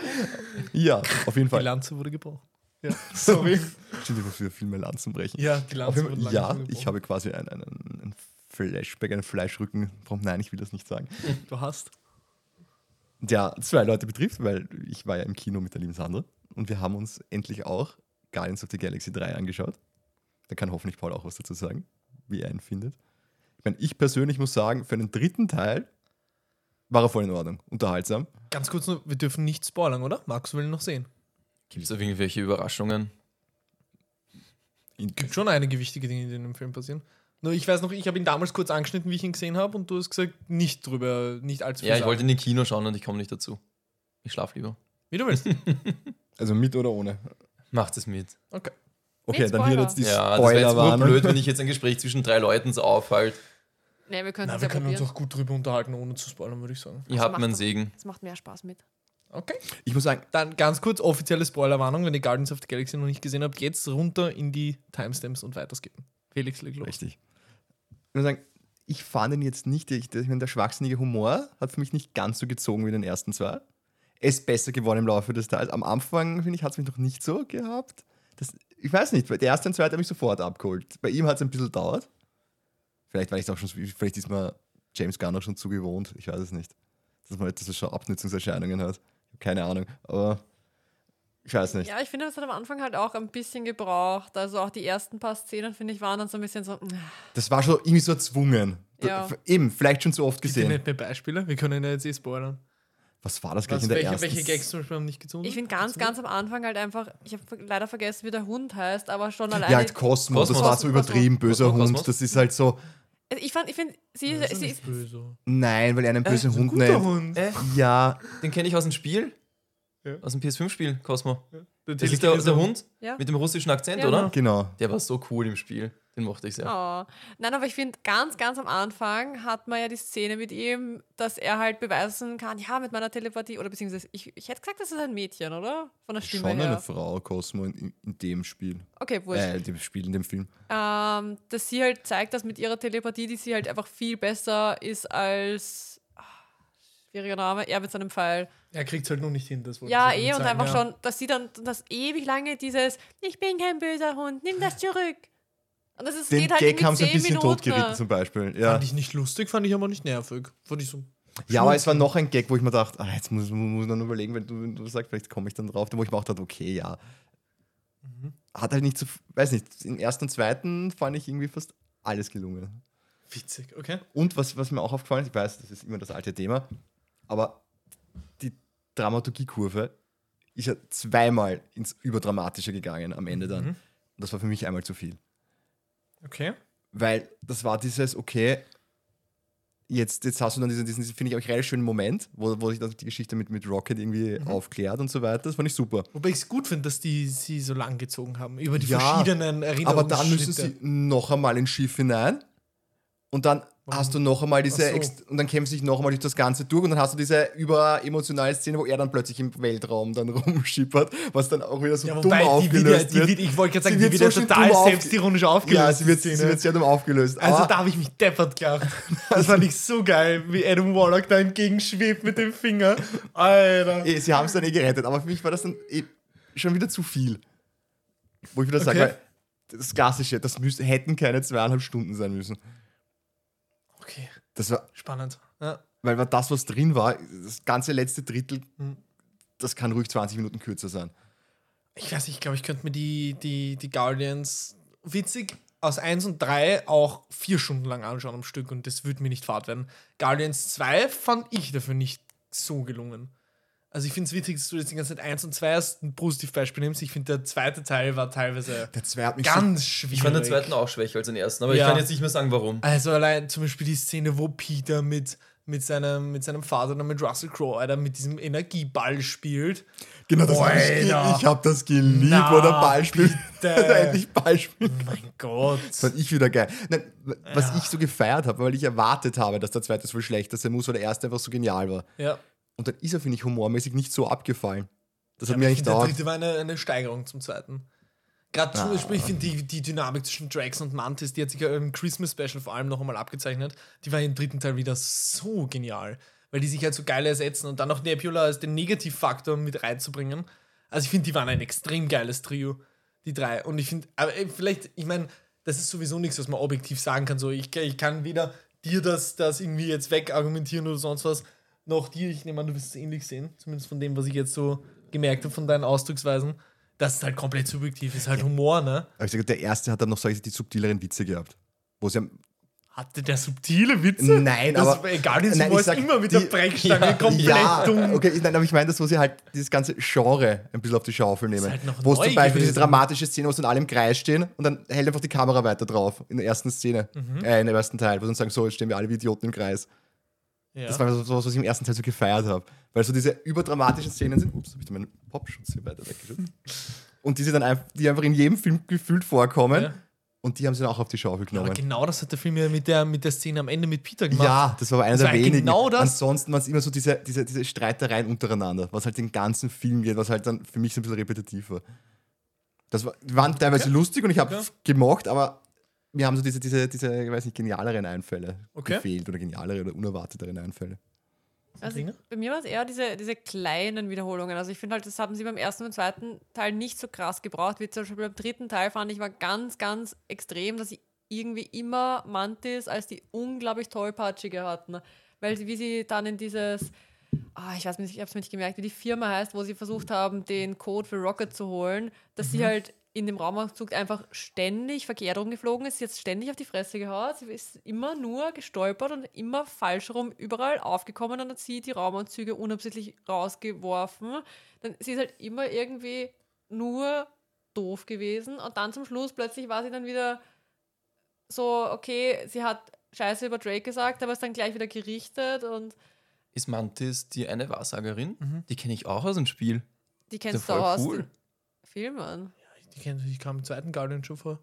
ja, auf jeden Die Fall. Lanze wurde gebrochen. Ja. Sorry. Stimmt, ich muss wieder viel mehr Lanzen brechen. ja, die auf Lanze jeden wurde Fall, langsam ja gebrochen. ich habe quasi ein- ein- ein Flashback, einen Fleischrücken. Warum? Nein, ich will das nicht sagen. Du hast. der zwei Leute betrifft, weil ich war ja im Kino mit der lieben Sandra und wir haben uns endlich auch Guardians of the Galaxy 3 angeschaut. Da kann hoffentlich Paul auch was dazu sagen, wie er ihn findet. Ich meine, ich persönlich muss sagen, für den dritten Teil war er voll in Ordnung, unterhaltsam. Ganz kurz nur, wir dürfen nicht spoilern, oder? Markus will ihn noch sehen. Gibt es da irgendwelche Überraschungen? In- Gibt schon einige wichtige Dinge, die in dem Film passieren. Nur ich weiß noch, ich habe ihn damals kurz angeschnitten, wie ich ihn gesehen habe, und du hast gesagt, nicht drüber, nicht allzu viel. Ja, ich sagen. wollte in den Kino schauen und ich komme nicht dazu. Ich schlafe lieber. Wie du willst. Also mit oder ohne. Macht es mit. Okay. Okay, Nicht dann hier Spoiler. jetzt die Ja, das wäre jetzt nur Spoilerwarnung. blöd, wenn ich jetzt ein Gespräch zwischen drei Leuten so aufhalte. Nee, wir können Na, es wir ja können probieren. uns auch gut drüber unterhalten, ohne zu spoilern, würde ich sagen. Ihr Also habt macht meinen das. Segen. Es macht mehr Spaß mit. Okay. Ich muss sagen, Dann ganz kurz offizielle Spoilerwarnung, wenn ihr Guardians of the Galaxy noch nicht gesehen habt, geht's runter in die Timestamps und weiterskippen. Felix, leg los. richtig. Ich muss sagen, ich fand ihn jetzt nicht, ich, ich meine, der schwachsinnige Humor hat für mich nicht ganz so gezogen wie in den ersten zwei. Es ist besser geworden im Laufe des Teils. Am Anfang, finde ich, hat es mich noch nicht so gehabt. Das, ich weiß nicht, weil der erste und zweite haben mich sofort abgeholt. Bei ihm hat es ein bisschen gedauert. Vielleicht, weil ich es auch schon, vielleicht ist mir James Gunn auch schon zugewohnt. Ich weiß es nicht. Dass man dass er schon Abnutzungserscheinungen hat. Keine Ahnung, aber ich weiß nicht. Ja, ich finde, das hat am Anfang halt auch ein bisschen gebraucht. Also auch die ersten paar Szenen, finde ich, waren dann so ein bisschen so. mm. Das war schon irgendwie so erzwungen. Da- Ja. f- Eben, vielleicht schon zu oft Bitte gesehen. nicht mehr Beispiele, wir können ja jetzt eh spoilern. Was war das gleich Was, in der welche, ersten? welche Gags zum Beispiel haben nicht gezogen? Ich finde ganz, ganz am Anfang halt einfach, ich habe leider vergessen, wie der Hund heißt, aber schon alleine. Ja, halt Cosmos, das Cosmos. war so übertrieben, böser Cosmos. Hund. Das ist halt so, Also ich fand, ich finde, sie, Ja, sie, ist ja sie, nicht böse. nein, weil er einen bösen Hund Äh, Guter nennt. Hund. Äh, Ja, den kenne ich aus dem Spiel. Ja. Aus dem PS5-Spiel, Cosmo. Der Das ist der, der Telekinese- Hund Ja. mit dem russischen Akzent, Ja, oder? genau. genau. Der war so cool im Spiel. Den mochte ich sehr. Oh. Nein, aber ich finde, ganz, ganz am Anfang hat man ja die Szene mit ihm, dass er halt beweisen kann, ja, mit meiner Telepathie, oder beziehungsweise, ich, ich hätte gesagt, das ist ein Mädchen, oder? Von der Schon Stimme eine her. Frau, Cosmo, in, in dem Spiel. Okay, wurscht. Äh, dem Spiel, in dem Film. Ähm, dass sie halt zeigt, dass mit ihrer Telepathie, die sie halt einfach viel besser ist als. ah, Schwieriger Name, er mit seinem Pfeil. Er kriegt es halt noch nicht hin, das wollte Ja, ich eh, damit und sagen, einfach ja. schon, dass sie dann das ewig lange dieses Ich bin kein böser Hund, nimm das zurück. Und das ist, Den geht halt Gag irgendwie haben sie ein 10 bisschen Minuten. totgeritten zum Beispiel. Ja. Fand ich nicht lustig, fand ich aber nicht nervig. Fand ich so. ja, aber es war noch ein Gag, wo ich mir dachte, ah, jetzt muss, muss man überlegen, wenn du, wenn du sagst, vielleicht komme ich dann drauf. Wo ich mir auch dachte, okay, ja. Mhm. Hat halt nicht so, weiß nicht, im ersten und zweiten fand ich irgendwie fast alles gelungen. Witzig, okay? Und was, was mir auch aufgefallen ist, ich weiß, das ist immer das alte Thema, aber die Dramaturgiekurve ist ja zweimal ins Überdramatische gegangen am Ende dann. Und das war für mich einmal zu viel. Okay. Weil das war dieses, okay, jetzt, jetzt hast du dann diesen, diesen finde ich auch relativ schönen Moment, wo, wo sich dann die Geschichte mit, mit Rocket irgendwie aufklärt und so weiter. Das fand ich super. Wobei ich es gut finde, dass die sie so lang gezogen haben. Über die Ja, verschiedenen Erinnerungen. Aber dann müssen sie noch einmal ins Schiff hinein und dann hast du noch einmal diese Ach so. Ex- und dann kämpfen sich noch einmal durch das Ganze durch und dann hast du diese überemotionale Szene, wo er dann plötzlich im Weltraum dann rumschippert, was dann auch wieder so Ja, dumm wobei die wieder, aufgelöst die, wird. wird- ich wollte gerade sagen, Sie die wird wird so ja schön total dumm aufge- selbstironisch aufgelöst. ja, sie wird, sie Szene. wird Ah. sehr dumm aufgelöst. also aber da habe ich mich deppert gedacht. Das fand ich so geil, wie Adam Warlock da entgegenschwebt mit dem Finger. Alter. eh, sie haben es dann eh gerettet, aber für mich war das dann eh schon wieder zu viel. Wo ich wieder sage, Okay. weil das Klassische, das müß, hätten keine zweieinhalb Stunden sein müssen. Okay, Das war spannend. Ja. Weil war das, was drin war, das ganze letzte Drittel, Mhm. das kann ruhig 20 Minuten kürzer sein. Ich weiß nicht, ich glaube, ich könnte mir die, die, die Guardians witzig aus 1 und 3 auch vier Stunden lang anschauen am Stück und das würde mir nicht fad werden. Guardians 2 fand ich dafür nicht so gelungen. Also ich finde es witzig, dass du jetzt die ganze Zeit 1 und 2 als ein Positivbeispiel nimmst. Ich finde, der zweite Teil war teilweise Der Zwerg hat mich ganz schwierig. Ich fand den zweiten auch schwächer als den ersten, aber Ja. ich kann jetzt nicht mehr sagen, warum. Also allein zum Beispiel die Szene, wo Peter mit, mit, seinem, mit seinem Vater, dann mit Russell Crowe, Alter, mit diesem Energieball spielt. so, genau das hab ich, Alter. ge- ich habe das geliebt, Na, wo der Ball spielt. bitte. Endlich Ball spielt. Mein Gott. Das fand ich wieder geil. Nein, w- was Ja. ich so gefeiert habe, weil ich erwartet habe, dass der zweite so viel schlechter sein muss, weil der erste einfach so genial war. Ja. Und dann ist er, finde ich, humormäßig nicht so abgefallen. Das hat Ja, mir aber eigentlich ich find, Der dauert. dritte war eine, eine Steigerung zum zweiten. Gerade Ah, zum Beispiel, ich finde die, die Dynamik zwischen Drax und Mantis, die hat sich ja im Christmas Special vor allem noch einmal abgezeichnet, die war im dritten Teil wieder so genial, weil die sich halt so geil ersetzen und dann noch Nebula als den Negativfaktor mit reinzubringen. Also ich finde, die waren ein extrem geiles Trio, die drei. Und ich finde, aber ey, vielleicht, ich meine, das ist sowieso nichts, was man objektiv sagen kann. So, ich, ich kann weder dir das, das irgendwie jetzt wegargumentieren oder sonst was, noch dir, ich nehme an, du wirst es ähnlich sehen, zumindest von dem, was ich jetzt so gemerkt habe, von deinen Ausdrucksweisen, dass es halt komplett subjektiv ist, halt Humor, ne? Aber ich sag, der erste hat dann noch, sag ich, die subtileren Witze gehabt. Wo sie am Hatte der subtile Witze? Nein, das aber- war egal, das Nein, war ich sag, immer mit die- der Brechstange Ja, komplett Ja, dumm. okay, ich- nein, aber ich meine das, wo sie halt dieses ganze Genre ein bisschen auf die Schaufel nehmen. halt noch wo es neu zum Beispiel diese gewesen. dramatische Szene, wo sie dann alle im Kreis stehen und dann hält einfach die Kamera weiter drauf in der ersten Szene, Mhm. äh, in der ersten Teil, wo sie dann sagen, so, jetzt stehen wir alle wie Idioten im Kreis. Ja. Das war so was, was ich im ersten Teil so gefeiert habe. Weil so diese überdramatischen Szenen sind, ups, habe ich meinen Popschutz hier weiter weggeschüttet. Und die, sie dann einfach, die einfach in jedem Film gefühlt vorkommen. Ja. Und die haben sie dann auch auf die Schaufel Aber genommen. genau das hat der Film ja mit der, mit der Szene am Ende mit Peter gemacht. Ja, das war aber einer Das der war wenigen. genau das. Ansonsten waren es immer so diese, diese, diese Streitereien untereinander, was halt den ganzen Film geht, was halt dann für mich so ein bisschen repetitiv war. Das war, die waren teilweise lustig und ich habe Ja. es gemocht, aber mir haben so diese, diese, diese, ich weiß nicht, genialeren Einfälle Okay. gefehlt oder genialere oder unerwarteteren Einfälle. Also Sabrina? bei mir war es eher diese, diese kleinen Wiederholungen. Also ich finde halt, das hatten sie beim ersten und zweiten Teil nicht so krass gebraucht, wie zum Beispiel beim dritten Teil fand ich war ganz, ganz extrem, dass sie irgendwie immer Mantis als die unglaublich tollpatschige hatten. Weil sie- wie sie dann in dieses, ah, ich weiß nicht, ich habe es mir nicht gemerkt, wie die Firma heißt, wo sie versucht Mhm. haben, den Code für Rocket zu holen, dass sie halt in dem Raumanzug einfach ständig verkehrt rumgeflogen ist, sie jetzt ständig auf die Fresse gehauen, sie ist immer nur gestolpert und immer falsch rum überall aufgekommen und hat sie die Raumanzüge unabsichtlich rausgeworfen. Dann sie ist halt immer irgendwie nur doof gewesen und dann zum Schluss plötzlich war sie dann wieder so, okay, sie hat Scheiße über Drake gesagt, aber ist dann gleich wieder gerichtet und Ist Mantis die eine Wahrsagerin? Mhm. Die kenne ich auch aus dem Spiel. die Ist ja kennst du auch voll aus cool. den Filmen. Die kennen ich kam im zweiten Guardian schon vor.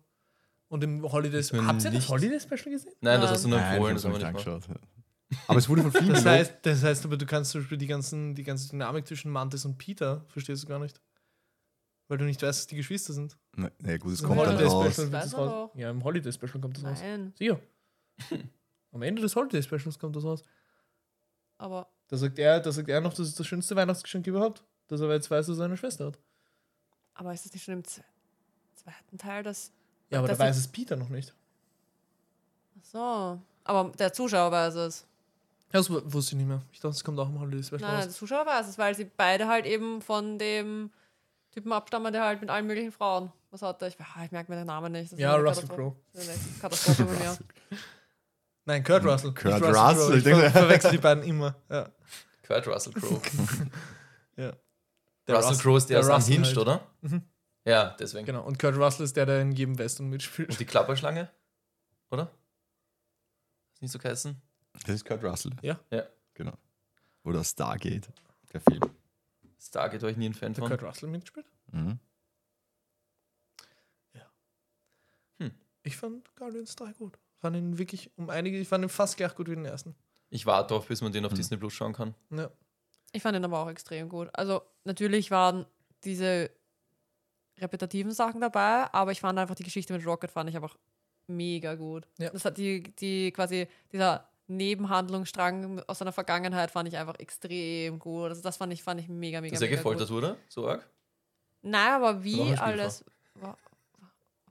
Und im Holidays. Ist mir Habt ihr das nicht- Holidays-Special gesehen? Nein, das Nein. hast du nur empfohlen. ich das haben hab's wir mir nicht gemacht. angeschaut. Aber es wurde von vielen Das gelobt. heißt, das heißt aber, du kannst zum Beispiel die, ganzen, die ganze Dynamik zwischen Mantis und Peter verstehst du gar nicht. Weil du nicht weißt, dass die Geschwister sind. Na, na gut, es Im kommt dann Holiday raus. Special wird das Weiß aber raus. auch. Ja, im Holiday Special kommt das raus. Nein, Sicher. Am Ende des Holiday Specials kommt das raus. aber Da sagt er, da sagt er noch, das ist das schönste Weihnachtsgeschenk überhaupt. Dass er jetzt weiß, dass er eine Schwester hat. Aber ist das nicht schon im z- zweiten Teil, das. Ja, aber Das da weiß ist- es Peter noch nicht. Ach So. Aber der Zuschauer weiß es. Ja, das wu- wusste ich nicht mehr. Ich dachte, es kommt auch im Holiday Special Nein, nein, der raus. Zuschauer weiß es, weil sie beide halt eben von dem Typen abstammen, der halt mit allen möglichen Frauen. Was hat er? Ich, ah, ich merke mir den Namen nicht. Das ist Ja, eine Russell Crowe. Katastrophe. Das ist eine Katastrophe bei mir. Nein, Kurt Russell. Hm, Kurt Nicht Russell, Crowe. ich Ich ver denke- verwechsel die beiden immer. Ja. Kurt Russell Crowe. Der Russell Crowe ist der, der aus Russell halt. Unhinged, oder? Mhm. Ja, deswegen. Genau, und Kurt Russell ist der, der in jedem Western mitspielt. Und die Klapperschlange? Oder? Ist nicht so geheißen? Das ist Kurt Russell. Ja. Ja. Genau. Oder Stargate, der Film. Stargate war ich nie ein Fan Der von. Kurt Russell mitspielt? Mhm. Ich fand Guardians 3 gut. Fand ihn wirklich um einige, ich fand ihn fast gleich gut wie den ersten. Ich warte darauf, bis man den auf Disney Plus schauen kann. Ja. Ich fand ihn aber auch extrem gut. Also, natürlich waren diese repetitiven Sachen dabei, aber ich fand einfach die Geschichte mit Rocket fand ich einfach mega gut. Ja. Das hat die, die quasi, dieser Nebenhandlungsstrang aus seiner Vergangenheit fand ich einfach extrem gut. Also das fand ich, fand ich mega, mega, Dass er mega gefoltert gut. wurde, so arg. Nein, aber Noch ein wie Spiel alles. Wa-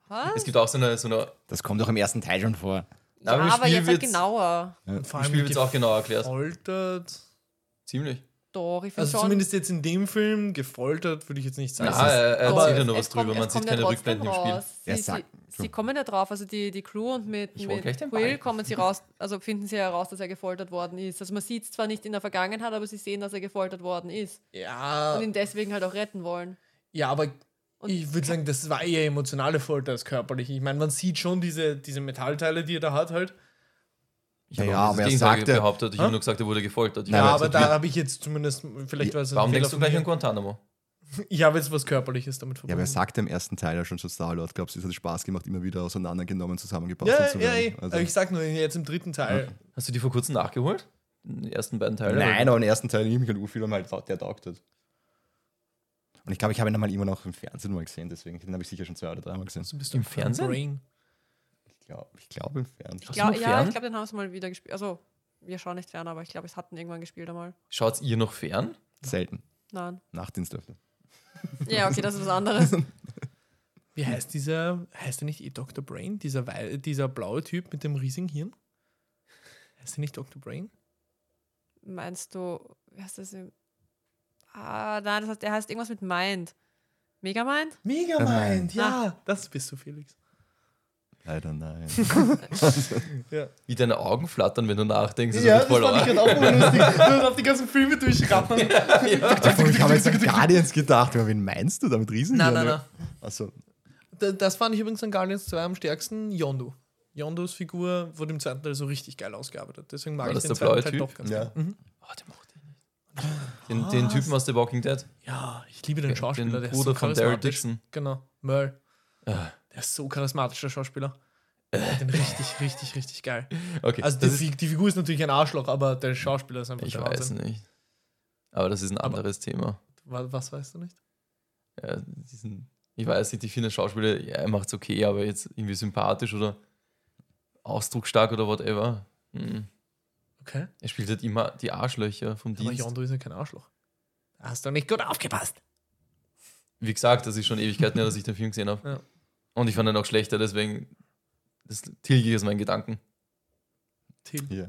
Was? Es gibt auch so eine. So eine Das kommt doch im ersten Teil schon vor. Na, im ja, aber Spiel jetzt halt wird's- genauer. Und vor Im Spiel wird es auch genau erklärt. gefoltert. Ziemlich. Doch, ich finde Also schon. zumindest jetzt in dem Film, gefoltert würde ich jetzt nicht sagen. Na, Ah, er, er Aber erzählt ja Äh, nur es was drüber. kommt- Man es sieht kommt ja keine trotzdem Rückblenden im Spiel. raus. Ja, Sie, sag- sie, sie kommen ja drauf, also die, die Crew und mit, Ich hol mit gleich den Quill Ball. kommen sie raus, also finden sie heraus, dass er gefoltert worden ist. Also man sieht es zwar nicht in der Vergangenheit, aber sie sehen, dass er gefoltert worden ist ja, Ah. und ihn deswegen halt auch retten wollen. ja, aber Und- ich würde sagen, das war eher emotionale Folter als körperliche. Ich meine, man sieht schon diese, diese Metallteile, die er da hat halt. Ich habe Ja, auch aber das er Gegenteil sagte- behauptet. Ich Hä? habe nur gesagt, er wurde gefoltert. Ich Nein, Ja, hab aber gesagt, da habe ich jetzt zumindest, vielleicht war es ein warum Fehler denkst du von gleich mir. an Guantanamo? Ich habe jetzt was Körperliches damit Ja, aber er verbunden. sagte im ersten Teil ja schon zu Star-Lord, glaubst du, es hat Spaß gemacht, immer wieder auseinandergenommen, zusammengebaut Ja, zu ja, werden. ja, Also- aber ich sag nur, jetzt im dritten Teil. Hast du die vor kurzem nachgeholt? Die ersten beiden Teile? Nein, aber im ersten Teil nehme ich mich an Urfilm, weil halt, der taugt hat. Und ich glaube, ich habe ihn einmal immer noch im Fernsehen mal gesehen, deswegen den habe ich sicher schon zwei oder dreimal gesehen. So bist Im Fernsehen? Brain. Ich glaube, ich glaube im Fernsehen. Schaust du Ja, noch ja, fern? ich glaube, den haben sie mal wieder gespielt. Also, wir schauen nicht fern, aber ich glaube, es hatten irgendwann gespielt einmal. Schaut ihr noch fern? Selten. Nein. Nachtdienst öfter. Ja, okay, das ist was anderes. Wie heißt dieser, heißt er nicht eh Dr. Brain? Dieser, wei- dieser blaue Typ mit dem riesigen Hirn? Heißt er nicht Dr. Brain? Meinst du, wie heißt das? im- Ah, nein, das heißt, der heißt irgendwas mit Mind. Mega Mind? Megamind, Megamind, ja, das bist du, Felix. Leider nein. Ja, Wie deine Augen flattern, wenn du nachdenkst. ist ja wirklich das fand ich genau. arg. gerade auch mal lustig. Du auf die ganzen Filme Davon durchrattern. habe Also, ich jetzt an Guardians gedacht. Aber wen meinst du damit? Riesen? Nein, nein, nein. Also, Da- Das fand ich übrigens an Guardians 2 am stärksten, Yondu. Yondus Figur wurde im zweiten Teil so richtig geil ausgearbeitet. Deswegen mag War ich das den der zweiten blaue Teil Typ? doch ganz Ja. gerne. Mhm. Oh, den mochte ich nicht. Den, den Typen aus The Walking Dead. Ja, ich liebe den Schauspieler. Den der Bruder ist so von Ah. Daryl charismatisch. Dixon. Genau, Merl. Der ist so charismatischer Schauspieler. Den richtig, richtig, richtig geil. Okay, Also die, das ist, Fi- die Figur ist natürlich ein Arschloch, aber der Schauspieler ist einfach ich der weiß Wahnsinn. nicht. Aber das ist ein Aber- anderes Thema. Wa- Was weißt du nicht? Ja, diesen, ich weiß nicht, ich finde Schauspieler, ja, er macht's okay, aber jetzt irgendwie sympathisch oder ausdrucksstark oder whatever. Mhm. Okay. Er spielt halt immer die Arschlöcher vom Aber Dienst. Yondo ist ja kein Arschloch. Hast du nicht gut aufgepasst. Wie gesagt, das ist schon Ewigkeiten her, dass ich den Film gesehen habe. Ja. Und ich fand ihn auch schlechter, deswegen das tilge ich aus meinen Gedanken. Till. Ja.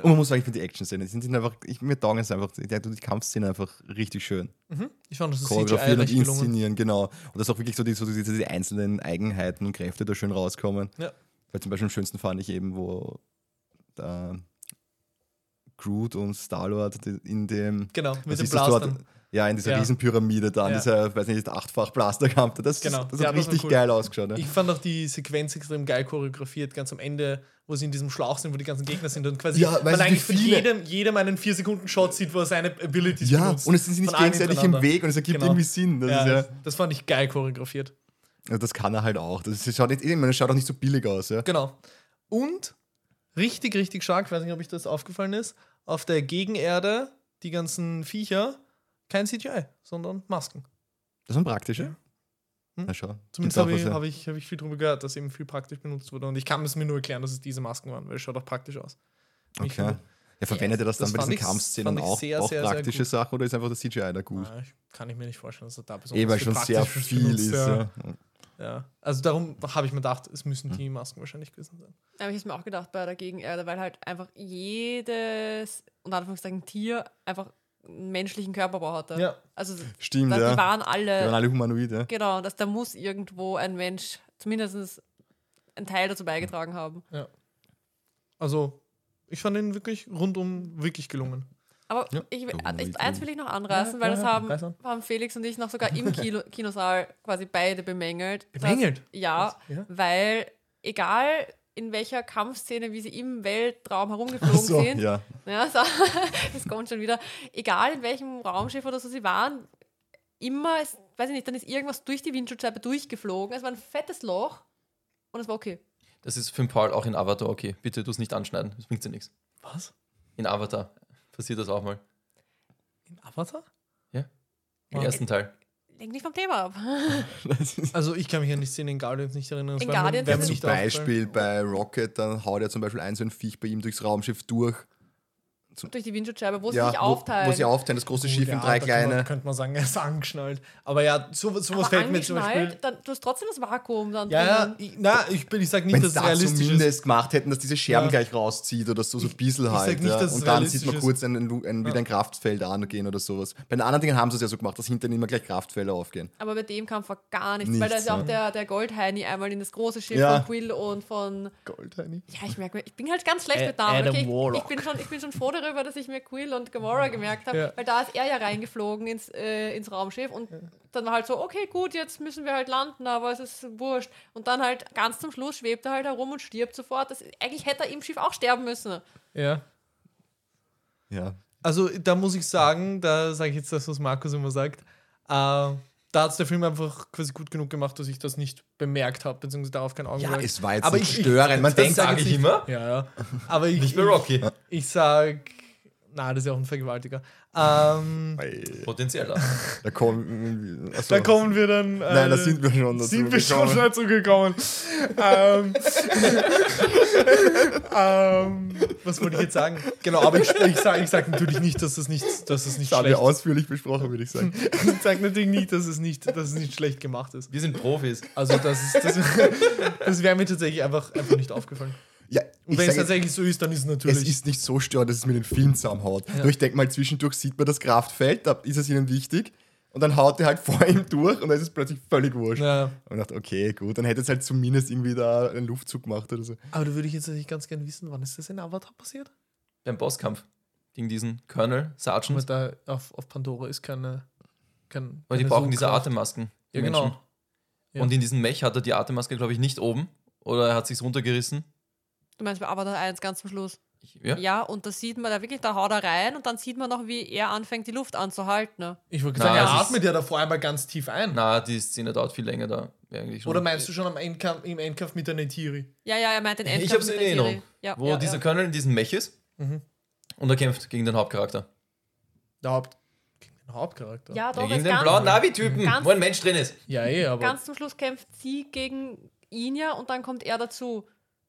Und man muss sagen, ich finde die Action-Szenen, die sind sind einfach, ich, mir taugen es einfach, die, die Kampfszenen einfach richtig schön. Mhm. Ich fand das CGI choreografieren und recht gelungen. inszenieren, genau. Und dass auch wirklich so, die, so diese, diese einzelnen Eigenheiten und Kräfte da schön rauskommen. Ja. Weil zum Beispiel am schönsten fand ich eben, wo da Groot und Star-Lord die- in dem. Genau, mit was dem ist das dort? Blastern. Ja, in dieser Ja. Riesenpyramide da, in Ja. dieser, weiß nicht, achtfach Blasterkampf. Das, Genau. das, das Ja, hat das war richtig cool. geil ausgeschaut. Ich Ne? fand auch die Sequenz extrem geil choreografiert, ganz am Ende, wo sie in diesem Schlauch sind, wo die ganzen Gegner sind und quasi Ja, weißt man du, wie eigentlich von viele- jedem, jedem einen 4-Sekunden-Shot sieht, wo er seine Abilities Ja, benutzt. und es sind sie nicht Von allen gegenseitig im hintereinander. Weg und es ergibt Genau. irgendwie Sinn. Das, Ja, ist ja, das, das fand ich geil choreografiert. also das kann er halt auch. Das, ist, schaut, nicht, ich meine, das schaut auch nicht so billig aus. Ja. Genau. Und richtig, richtig stark, ich weiß nicht, ob euch das aufgefallen ist, auf der Gegenerde die ganzen Viecher kein CGI, sondern Masken. Das sind praktische. Ja. Hm. Na schau. Zumindest Gibt's auch habe ich, was, ja. hab ich, hab ich viel drüber gehört, dass eben viel praktisch benutzt wurde. Und ich kann es mir nur erklären, dass es diese Masken waren, weil es schaut auch praktisch aus. Wie ich Okay. finde. Ja, verwendet er das, Das dann bei fand diesen ich- Kampfszenen fand ich auch, sehr, auch sehr, sehr praktische gut. Ah, Sache oder ist einfach das CGI da gut? Na, ich- kann ich mir nicht vorstellen, dass das da besonders Eh, weil viel schon sehr Praktisches viel benutzt, ist. Ja. Ja. Hm. Ja. Also darum habe ich mir gedacht, es müssen die Masken wahrscheinlich gewesen sein. Da habe ich es mir auch gedacht bei der Gegenerde, weil halt einfach jedes, unter Anführungszeichen, Tier einfach einen menschlichen Körperbau hatte. Ja. Also Stimmt, da, ja. die waren Die alle, waren alle humanoid, ja. genau, dass da muss irgendwo ein Mensch zumindest einen Teil dazu beigetragen haben. Also ich fand ihn wirklich rundum wirklich gelungen. Aber Ja. ich, Irgendwie ich, eins will ich noch anreißen, Ja, weil ja, das ja, haben, reiß an. haben Felix und ich noch sogar im Kino, Kinosaal quasi beide bemängelt. dass- Bemängelt? Ja, Was? Ja? weil egal in welcher Kampfszene, wie sie im Weltraum herumgeflogen So, sind, ja. Ja, so, das kommt schon wieder. Egal in welchem Raumschiff oder so sie waren, immer, es- weiß ich nicht, dann ist irgendwas durch die Windschutzscheibe durchgeflogen. Es war ein fettes Loch und es war okay. Das ist für den Paul auch in Avatar okay. Bitte tu es nicht anschneiden, das bringt dir nichts. Was? In Avatar passiert das auch mal. In Avatar? Im Ja. ersten Teil. Lenk nicht vom Thema ab. Das ist Also ich kann mich an die Szene in Guardians nicht erinnern. das In war mir- Guardians wär ist mir es- zum nicht aufgefallen. Beispiel bei Rocket, dann haut er zum Beispiel ein so ein Viech bei ihm durchs Raumschiff durch. Durch die Windschutzscheibe, wo sie ja, sich wo, aufteilen. wo sie aufteilen, das große Gut, Schiff ja, in drei da kann Man, kleine. könnte man sagen, er ist angeschnallt. Aber ja, so, sowas Aber fällt mir zum Beispiel. angeschnallt, dann, du hast trotzdem das Vakuum dann Ja, ja, drinnen. ich, na, ich, bin- ich sag nicht, Wenn dass sie es da realistisch ist. zumindest gemacht hätten, dass diese Scherben Ja. gleich rauszieht oder so, so ein bisschen ich sag halt. nicht, ja. dass es Und dann sieht man realistisch kurz ein, ein, ein, wieder ein Kraftfeld angehen oder sowas. Bei den anderen Dingen haben sie es ja so gemacht, dass hinten immer gleich Kraftfelder aufgehen. Aber bei dem Kampf war gar nichts, weil Nichts, da ist ja ja. auch der, der Goldheini einmal in das große Schiff Ja. von Quill und von. Goldheini. Ja, ich merke mir, ich bin halt ganz schlecht Ä- mit Namen. Adam Okay, ich, ich, Warlock. bin schon, ich bin schon froh darüber, dass ich mir Quill und Gamora gemerkt habe, Ja. weil da ist er ja reingeflogen ins, äh, ins Raumschiff und dann war halt so, okay, gut, jetzt müssen wir halt landen, aber es ist wurscht. Und dann halt ganz zum Schluss schwebt er halt herum und stirbt sofort. Das, eigentlich hätte er im Schiff auch sterben müssen. Ja. Ja, Also da muss ich sagen, da sage ich jetzt das, was Markus immer sagt. Äh, da hat es der Film einfach quasi gut genug gemacht, dass ich das nicht bemerkt habe, beziehungsweise darauf kein Augenmerk. Ja, Ah, es war jetzt Aber nicht ich- ich- störend. Man das denkt, sag sage jetzt ich nicht- immer. Ja, ja. Aber ich, Nicht mehr Rocky. Ich, ich sag, na, das ist ja auch ein Vergewaltiger. Ähm, Potenzieller. da kommen. Achso. da kommen wir dann. äh, Nein, da sind wir schon dazu. Sind wir schon gekommen. dazu gekommen. ähm, ähm, was wollte ich jetzt sagen? Genau, aber ich, ich sage ich sag natürlich nicht, dass es nicht, dass es nicht Das haben wir schlecht ausführlich besprochen, würde ich sagen. Ich sage natürlich nicht, dass es nicht, dass es nicht schlecht gemacht ist. Wir sind Profis. Also das ist, das, das wäre mir tatsächlich einfach, einfach nicht aufgefallen. Ja, Und ich wenn sag es jetzt, tatsächlich so ist, dann ist es es natürlich. ist nicht so störend, dass es mir den Film zusammenhaut. Nur ich denke mal, zwischendurch sieht man das Kraftfeld, da ist es ihnen wichtig. Und dann haut er halt vor ihm durch und dann ist es plötzlich völlig wurscht. ja, Und ich dachte, okay, gut, dann hätte es halt zumindest irgendwie da einen Luftzug gemacht oder so. aber da würde ich jetzt natürlich ganz gerne wissen, wann ist das in Avatar passiert? Beim Bosskampf gegen diesen Colonel, Aber Sergeant. da auf, auf Pandora ist keine. Kein, Weil die keine brauchen diese Suchkraft. Atemmasken. die Ja, Menschen. genau. Ja. Und in diesem Mech hat er die Atemmaske, glaube ich, nicht oben. Oder er hat sich's runtergerissen. Du meinst bei Avatar 1 ganz zum Schluss. Ich, ja? Ja, und das sieht man da wirklich, da haut er rein und dann sieht man noch, wie er anfängt, die Luft anzuhalten. Ne? Ich würde Na, sagen, er es ist- atmet ja davor einmal ganz tief ein. Na, die Szene dauert viel länger da. Eigentlich schon. Oder meinst du schon am Endkampf, im Endkampf mit der Neytiri? Ja, ja, er meint den Endkampf Ich hab's mit in der Serie. Erinnerung. Ja, Wo ja, dieser ja. Colonel in diesem Mech ist Mhm. und er kämpft gegen den Hauptcharakter. Der, Haupt, der Hauptcharakter? ja, Ja, doch, jetzt gegen den ganz, Mhm. blauen Navi-Typen, ganz- wo ein Mensch drin ist. Ja, eh, aber. ganz zum Schluss kämpft sie gegen ihn ja und dann kommt er dazu.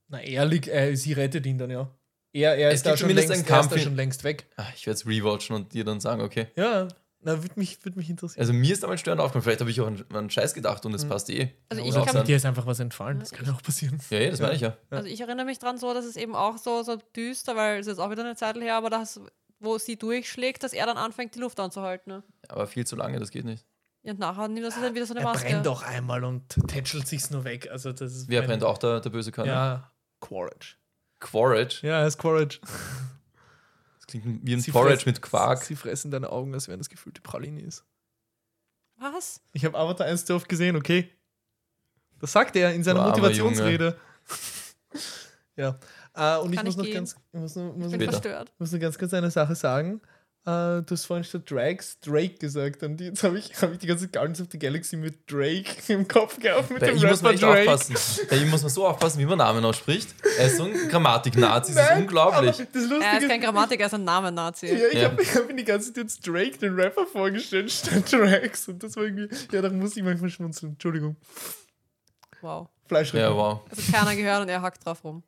na, er liegt, äh, sie rettet ihn dann, ja. Er, er Es ist da gibt schon zumindest längst, einen er ist Kampf da in- schon längst weg. Ah, Ich werde es rewatchen und dir dann sagen, okay. Ja, na, würde mich, würd mich interessieren. Also mir ist damals störend aufgefallen, vielleicht habe ich auch an, an Scheiß gedacht und es passt eh. Also Kann ich auch kann- sein. Dir ist einfach was entfallen, das kann auch passieren. Ja, ja, das meine ich ja. Also ich erinnere mich dran so, dass es eben auch so, so düster, weil es ist auch wieder eine Zeit her, aber das, wo sie durchschlägt, dass er dann anfängt, die Luft anzuhalten. Ne? Aber viel zu lange, das geht nicht. Ja, Und nachher nimmt das dann wieder so eine Er Maske. brennt auch einmal und tätschelt sich's nur weg. Also, das ist Wer mein- brennt auch der, der böse Körner? Ja, Quaritch. Quaritch. Ja, er ist Quaritch. Das klingt wie ein Sie Porridge fressen- mit Quark. Sie fressen deine Augen, als wären das gefüllte Praline ist. Was? Ich habe Avatar 1 zu oft gesehen, okay. Das sagt er in seiner Du armer Motivationsrede. ja. Äh, und ich Kann muss ich noch gehen? ganz, ich muss noch, muss Ich bin noch, Bitte. verstört. muss noch ganz kurz eine Sache sagen. Äh, du hast vorhin statt Drax Drake gesagt und jetzt habe ich, hab ich die ganze Guardians of the Galaxy mit Drake im Kopf gehabt. Mit Bei dem ihm muss man Rapper echt Drake. aufpassen. Bei ihm muss man so aufpassen, wie man Namen ausspricht. Er ist so ein Grammatik-Nazi, das ist Nein, unglaublich. aber Das Lustige Er ist ist, kein Grammatik, er ist ein Namen-Nazi. Ja, ich Ja. habe hab mir die ganze Zeit jetzt Drake, den Rapper, vorgestellt, statt Drax. Und das war irgendwie, ja, da muss ich manchmal schmunzeln. Entschuldigung. Wow. Fleisch Ja, wow. Das hat keiner gehört und er hackt drauf rum.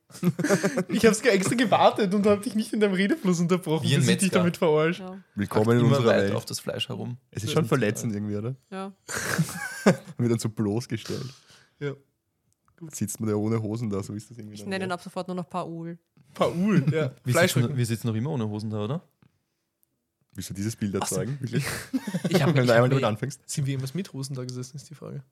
Ich hab's extra gewartet und hab dich nicht in deinem Redefluss unterbrochen, Wie ein bis ich dich Metzger. damit verarscht. Ja, Willkommen in Immer unserer weiter Welt. auf das Fleisch herum. Es ist schon verletzend irgendwie, oder? ja. Wird dann so bloßgestellt. Ja. Sitzt man ja ohne Hosen da, so ist das irgendwie. Ich dann, nenne ihn ja. ab sofort nur noch Paul. Paul, ja. Wir sitzen, wir sitzen noch immer ohne Hosen da, oder? Willst du dieses Bild da so. zeigen? Wirklich? Ich hab, Wenn ich du einmal hab, damit mir- anfängst. sind wir irgendwas mit Hosen da gesessen, ist die Frage.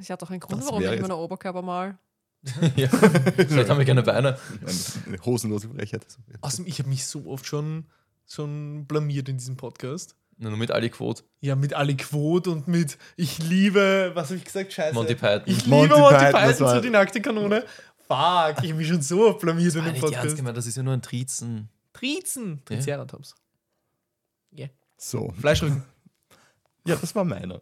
Ich hatte doch einen Grund, Das warum ich wäre immer jetzt- nur Oberkörper mal. ja. Vielleicht haben wir keine Beine. Eine, eine hosenlose Frechheit. Also, Außerdem, ich habe mich so oft schon, schon blamiert in diesem Podcast. Nur mit Ali Quote. Ja, mit Ali Quote und mit Ich liebe, was habe ich gesagt? Scheiße. Monty Python. Ich Monty liebe Monty Python, Python, das war- so die nackte Kanone. Fuck, ich hab mich schon so oft blamiert in Ah, dem nicht ernst Podcast. gemeint, das ist ja nur ein Trizen. Trizen. Triceratops. So. Fleischrücken. Ja, das war meiner.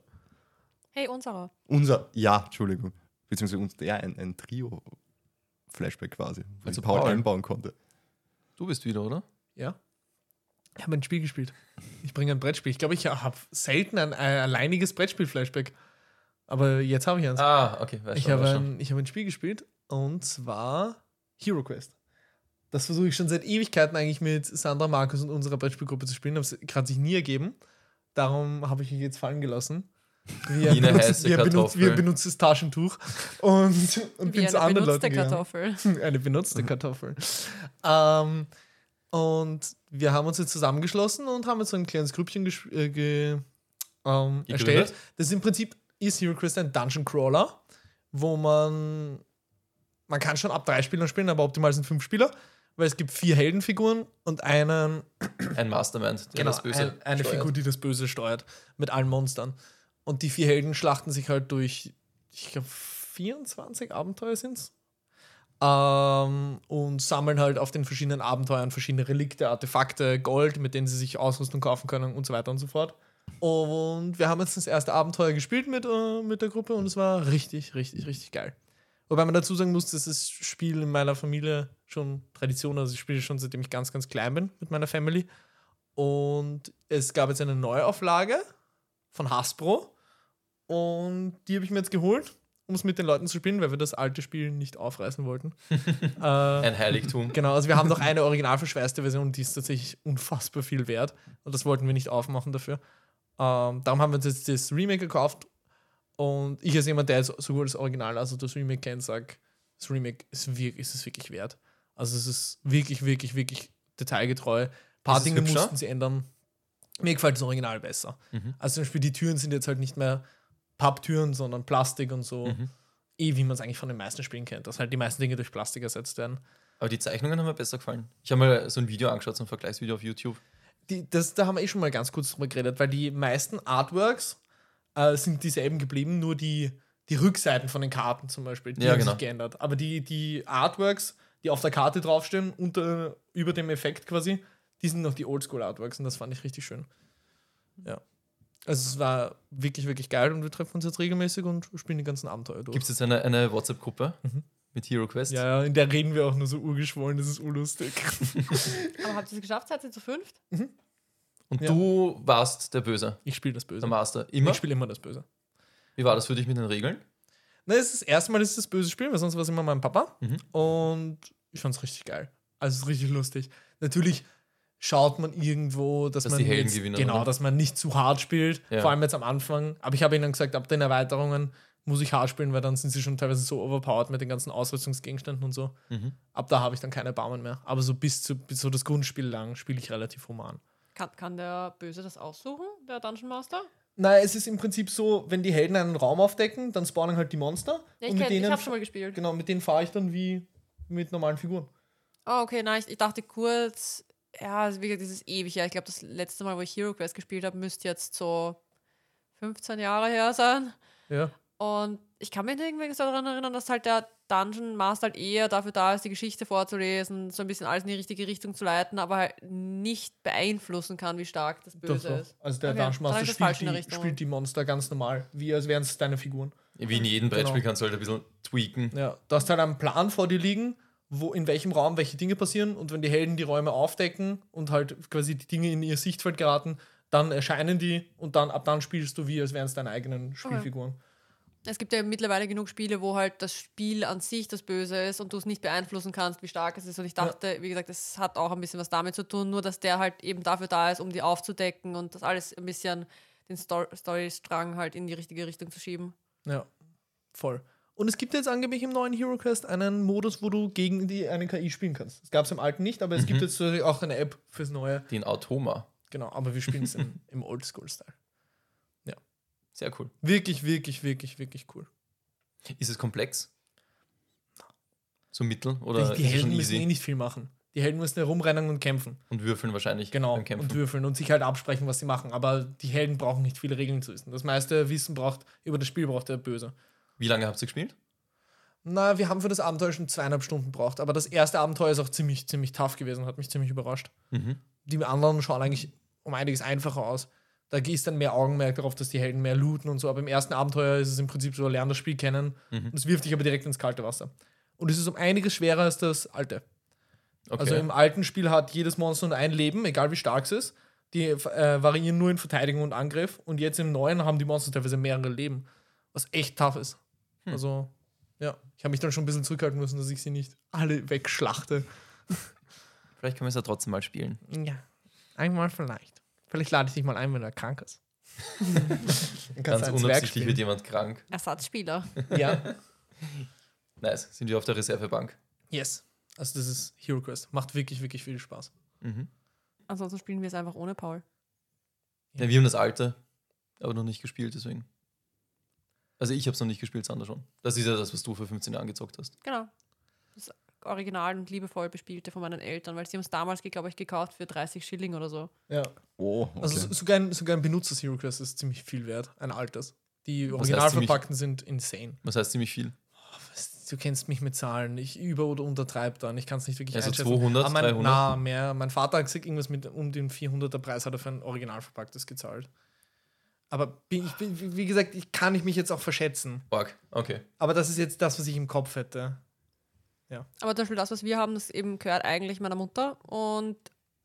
Hey, unserer. Unser, ja, Entschuldigung. Beziehungsweise uns, ja, ein, ein Trio-Flashback quasi. Weil Also also Paul Paul. einbauen konnte. Du bist wieder, oder? Ja. Ich habe ein Spiel gespielt. Ich bringe ein Brettspiel. Ich glaube, ich habe selten ein, ein alleiniges Brettspiel-Flashback. Aber jetzt habe ich eins. Ah, okay. Weiß ich schon, habe weiß schon. ein, ich habe ein Spiel gespielt und zwar Hero Quest. Das versuche ich schon seit Ewigkeiten eigentlich mit Sandra, Markus und unserer Brettspielgruppe zu spielen. Habe es gerade sich nie ergeben. Darum habe ich mich jetzt fallen gelassen. Wir Wie eine benutzen, heiße wir benutzen, Kartoffel. wir benutzen das Taschentuch und, und Wie bin zu eine anderen benutzte Leuten gegangen. Kartoffel. Eine benutzte Kartoffel. ähm, und wir haben uns jetzt zusammengeschlossen und haben jetzt so ein kleines Grüppchen gesch- äh, ge ähm, Gegründet? erstellt. Das ist im Prinzip ist Hero Quest ein Dungeon Crawler, wo man man kann schon ab drei Spielern spielen, aber optimal sind fünf Spieler, weil es gibt vier Heldenfiguren und einen Ein Mastermind, der das Böse Genau, ein, eine steuert. Figur, die das Böse steuert mit allen Monstern. Und die vier Helden schlachten sich halt durch, ich glaube, 24 Abenteuer sind es. Ähm, und sammeln halt auf den verschiedenen Abenteuern verschiedene Relikte, Artefakte, Gold, mit denen sie sich Ausrüstung kaufen können und so weiter und so fort. Und wir haben jetzt das erste Abenteuer gespielt mit, äh, mit der Gruppe und es war richtig, richtig, richtig geil. Wobei man dazu sagen muss, das ist Spiel in meiner Familie schon Tradition, also ich spiele schon seitdem ich ganz, ganz klein bin mit meiner Family. Und es gab jetzt eine Neuauflage von Hasbro. Und die habe ich mir jetzt geholt, um es mit den Leuten zu spielen, weil wir das alte Spiel nicht aufreißen wollten. äh, Ein Heiligtum. genau, also wir haben noch eine original verschweißte Version, die ist tatsächlich unfassbar viel wert. Und das wollten wir nicht aufmachen dafür. Ähm, darum haben wir uns jetzt das Remake gekauft. Und ich als jemand, der jetzt sowohl das Original als auch das Remake kennt, sage, das Remake ist, wir ist es wirklich wert. Also es ist wirklich, wirklich, wirklich detailgetreu. Ein paar Ist es Dinge hübscher? mussten sie ändern. Mir gefällt das Original besser. Mhm. Also zum Beispiel die Türen sind jetzt halt nicht mehr Papptüren, sondern Plastik und so. Mhm. Eh, wie man es eigentlich von den meisten Spielen kennt, dass halt die meisten Dinge durch Plastik ersetzt werden. Aber die Zeichnungen haben mir besser gefallen. Ich habe mal so ein Video angeschaut, so ein Vergleichsvideo auf YouTube. die, das, da haben wir eh schon mal ganz kurz drüber geredet, weil die meisten Artworks äh, sind dieselben geblieben, nur die, die Rückseiten von den Karten zum Beispiel, die Ja, haben genau. sich geändert. Aber die, die Artworks, die auf der Karte draufstehen, unter, über dem Effekt quasi, die sind noch die Oldschool-Artworks und das fand ich richtig schön. Ja. Also es war wirklich, wirklich geil und wir treffen uns jetzt regelmäßig und spielen die ganzen Abenteuer durch. Gibt es jetzt eine, eine WhatsApp-Gruppe mit Hero Quest? Mhm. ja, ja, in der reden wir auch nur so urgeschwollen, das ist urlustig. Aber habt ihr es geschafft? Seid ihr zu fünft? Und Ja. du warst der Böse, Ich spiele das Böse. der Master. Immer? Ich spiele immer das Böse. Wie war das für dich mit den Regeln? Na, es ist das erste Mal, dass ich das Böse spiele, weil sonst war es immer mein Papa. Mhm. Und ich fand's richtig geil. Also es ist richtig lustig. Natürlich schaut man irgendwo, dass, Dass man die Helden jetzt, gewinnen, genau, oder? dass man nicht zu hart spielt, Ja. vor allem jetzt am Anfang. Aber ich habe ihnen dann gesagt, ab den Erweiterungen muss ich hart spielen, weil dann sind sie schon teilweise so overpowered mit den ganzen Ausrüstungsgegenständen und so. Mhm. Ab da habe ich dann keine Barmen mehr. Aber so bis zu bis so das Grundspiel lang spiele ich relativ human. Kann, kann der Böse das aussuchen, der Dungeon Master? Naja, es ist im Prinzip so, wenn die Helden einen Raum aufdecken, dann spawnen halt die Monster. Ja, und ich mit kenn, ich denen habe schon mal gespielt. Genau, mit denen fahre ich dann wie mit normalen Figuren. Ah, okay, nein, ich, ich dachte kurz, ja, also wie gesagt, dieses ewig her. Ich glaube, das letzte Mal, wo ich Hero Quest gespielt habe, müsste jetzt so 15 Jahre her sein. Ja. Und ich kann mich irgendwie so daran erinnern, dass halt der Dungeon Master halt eher dafür da ist, die Geschichte vorzulesen, so ein bisschen alles in die richtige Richtung zu leiten, aber halt nicht beeinflussen kann, wie stark das Doch, Böse doch. ist. Also der Okay, Dungeon dann hab Master ich das falsch in spielt der die, Richtung. spielt die Monster ganz normal, wie als wären es deine Figuren. Wie in jedem Genau. Brettspiel kannst du halt ein bisschen tweaken. Ja. Du hast halt einen Plan vor dir liegen, wo in welchem Raum welche Dinge passieren und wenn die Helden die Räume aufdecken und halt quasi die Dinge in ihr Sichtfeld geraten, dann erscheinen die und dann ab dann spielst du wie, als wären es deine eigenen Spielfiguren. Es gibt ja mittlerweile genug Spiele, wo halt das Spiel an sich das Böse ist und du es nicht beeinflussen kannst, wie stark es ist. Und ich dachte, wie gesagt, es hat auch ein bisschen was damit zu tun, nur dass der halt eben dafür da ist, um die aufzudecken und das alles ein bisschen den Stor Storystrang halt in die richtige Richtung zu schieben. Ja, voll. Und es gibt jetzt angeblich im neuen Hero Quest einen Modus, wo du gegen die eine KI spielen kannst. Das gab es im alten nicht, aber es gibt jetzt natürlich auch eine App fürs neue. Den Automa. Genau, aber wir spielen es im, im Oldschool-Style. Sehr cool. Wirklich, wirklich, wirklich, wirklich cool. Ist es komplex? So mittel oder die ist es Helden schon müssen eh easy? nicht viel machen. Die Helden müssen herumrennen und kämpfen. Und würfeln wahrscheinlich Genau. beim Kämpfen. Und würfeln und sich halt absprechen, was sie machen. Aber die Helden brauchen nicht viele Regeln zu wissen. Das meiste Wissen braucht, über das Spiel braucht der Böse. Wie lange habt ihr gespielt? Na, wir haben für das Abenteuer schon zweieinhalb Stunden gebraucht. Aber das erste Abenteuer ist auch ziemlich, ziemlich tough gewesen, hat mich ziemlich überrascht. Die anderen schauen eigentlich um einiges einfacher aus. Da ist dann mehr Augenmerk darauf, dass die Helden mehr looten und so. Aber im ersten Abenteuer ist es im Prinzip so, lern das Spiel kennen. Und es wirft dich aber direkt ins kalte Wasser. Und es ist um einiges schwerer als das alte. Okay. Also im alten Spiel hat jedes Monster nur ein Leben, egal wie stark es ist. Die äh, variieren nur in Verteidigung und Angriff. Und jetzt im neuen haben die Monster teilweise mehrere Leben, was echt tough ist. Also, ja, ich habe mich dann schon ein bisschen zurückhalten müssen, dass ich sie nicht alle wegschlachte. Vielleicht können wir es ja trotzdem mal spielen. Ja, einmal vielleicht. Vielleicht lade ich dich mal ein, wenn er krank ist. Dann du Ganz ein Zwerg unabsichtlich spielen. wird jemand krank. Ersatzspieler. Ja, Nice. Sind wir auf der Reservebank. yes. Also das ist Hero Quest. Macht wirklich, wirklich viel Spaß. Mhm. Ansonsten spielen wir es einfach ohne Paul. Ja, wir haben das alte, aber noch nicht gespielt, deswegen. Also ich habe es noch nicht gespielt, Sander schon. Das ist ja das, was du vor 15 Jahren gezockt hast. Genau. Das Original und liebevoll bespielte von meinen Eltern, weil sie haben es damals, glaube ich, gekauft für 30 Schilling oder so. Ja. Oh, okay. Also so- sogar ein, sogar ein benutztes Hero Quest ist ziemlich viel wert, ein altes. Die heißt original ziemlich? verpackten sind insane. Was heißt ziemlich viel? Was- Du kennst mich mit Zahlen. Ich über- oder untertreibe dann. Ich kann es nicht wirklich Also einschätzen. 200, Aber mein, 300? Na, mehr. Mein Vater hat gesagt, irgendwas mit um den 400er Preis hat er für ein original verpacktes gezahlt. Aber bin, ich bin, wie- wie gesagt, ich kann ich mich jetzt auch verschätzen. Org. Okay. Aber das ist jetzt das, was ich im Kopf hätte. Aber zum Beispiel das, was wir haben, das eben gehört eigentlich meiner Mutter. Und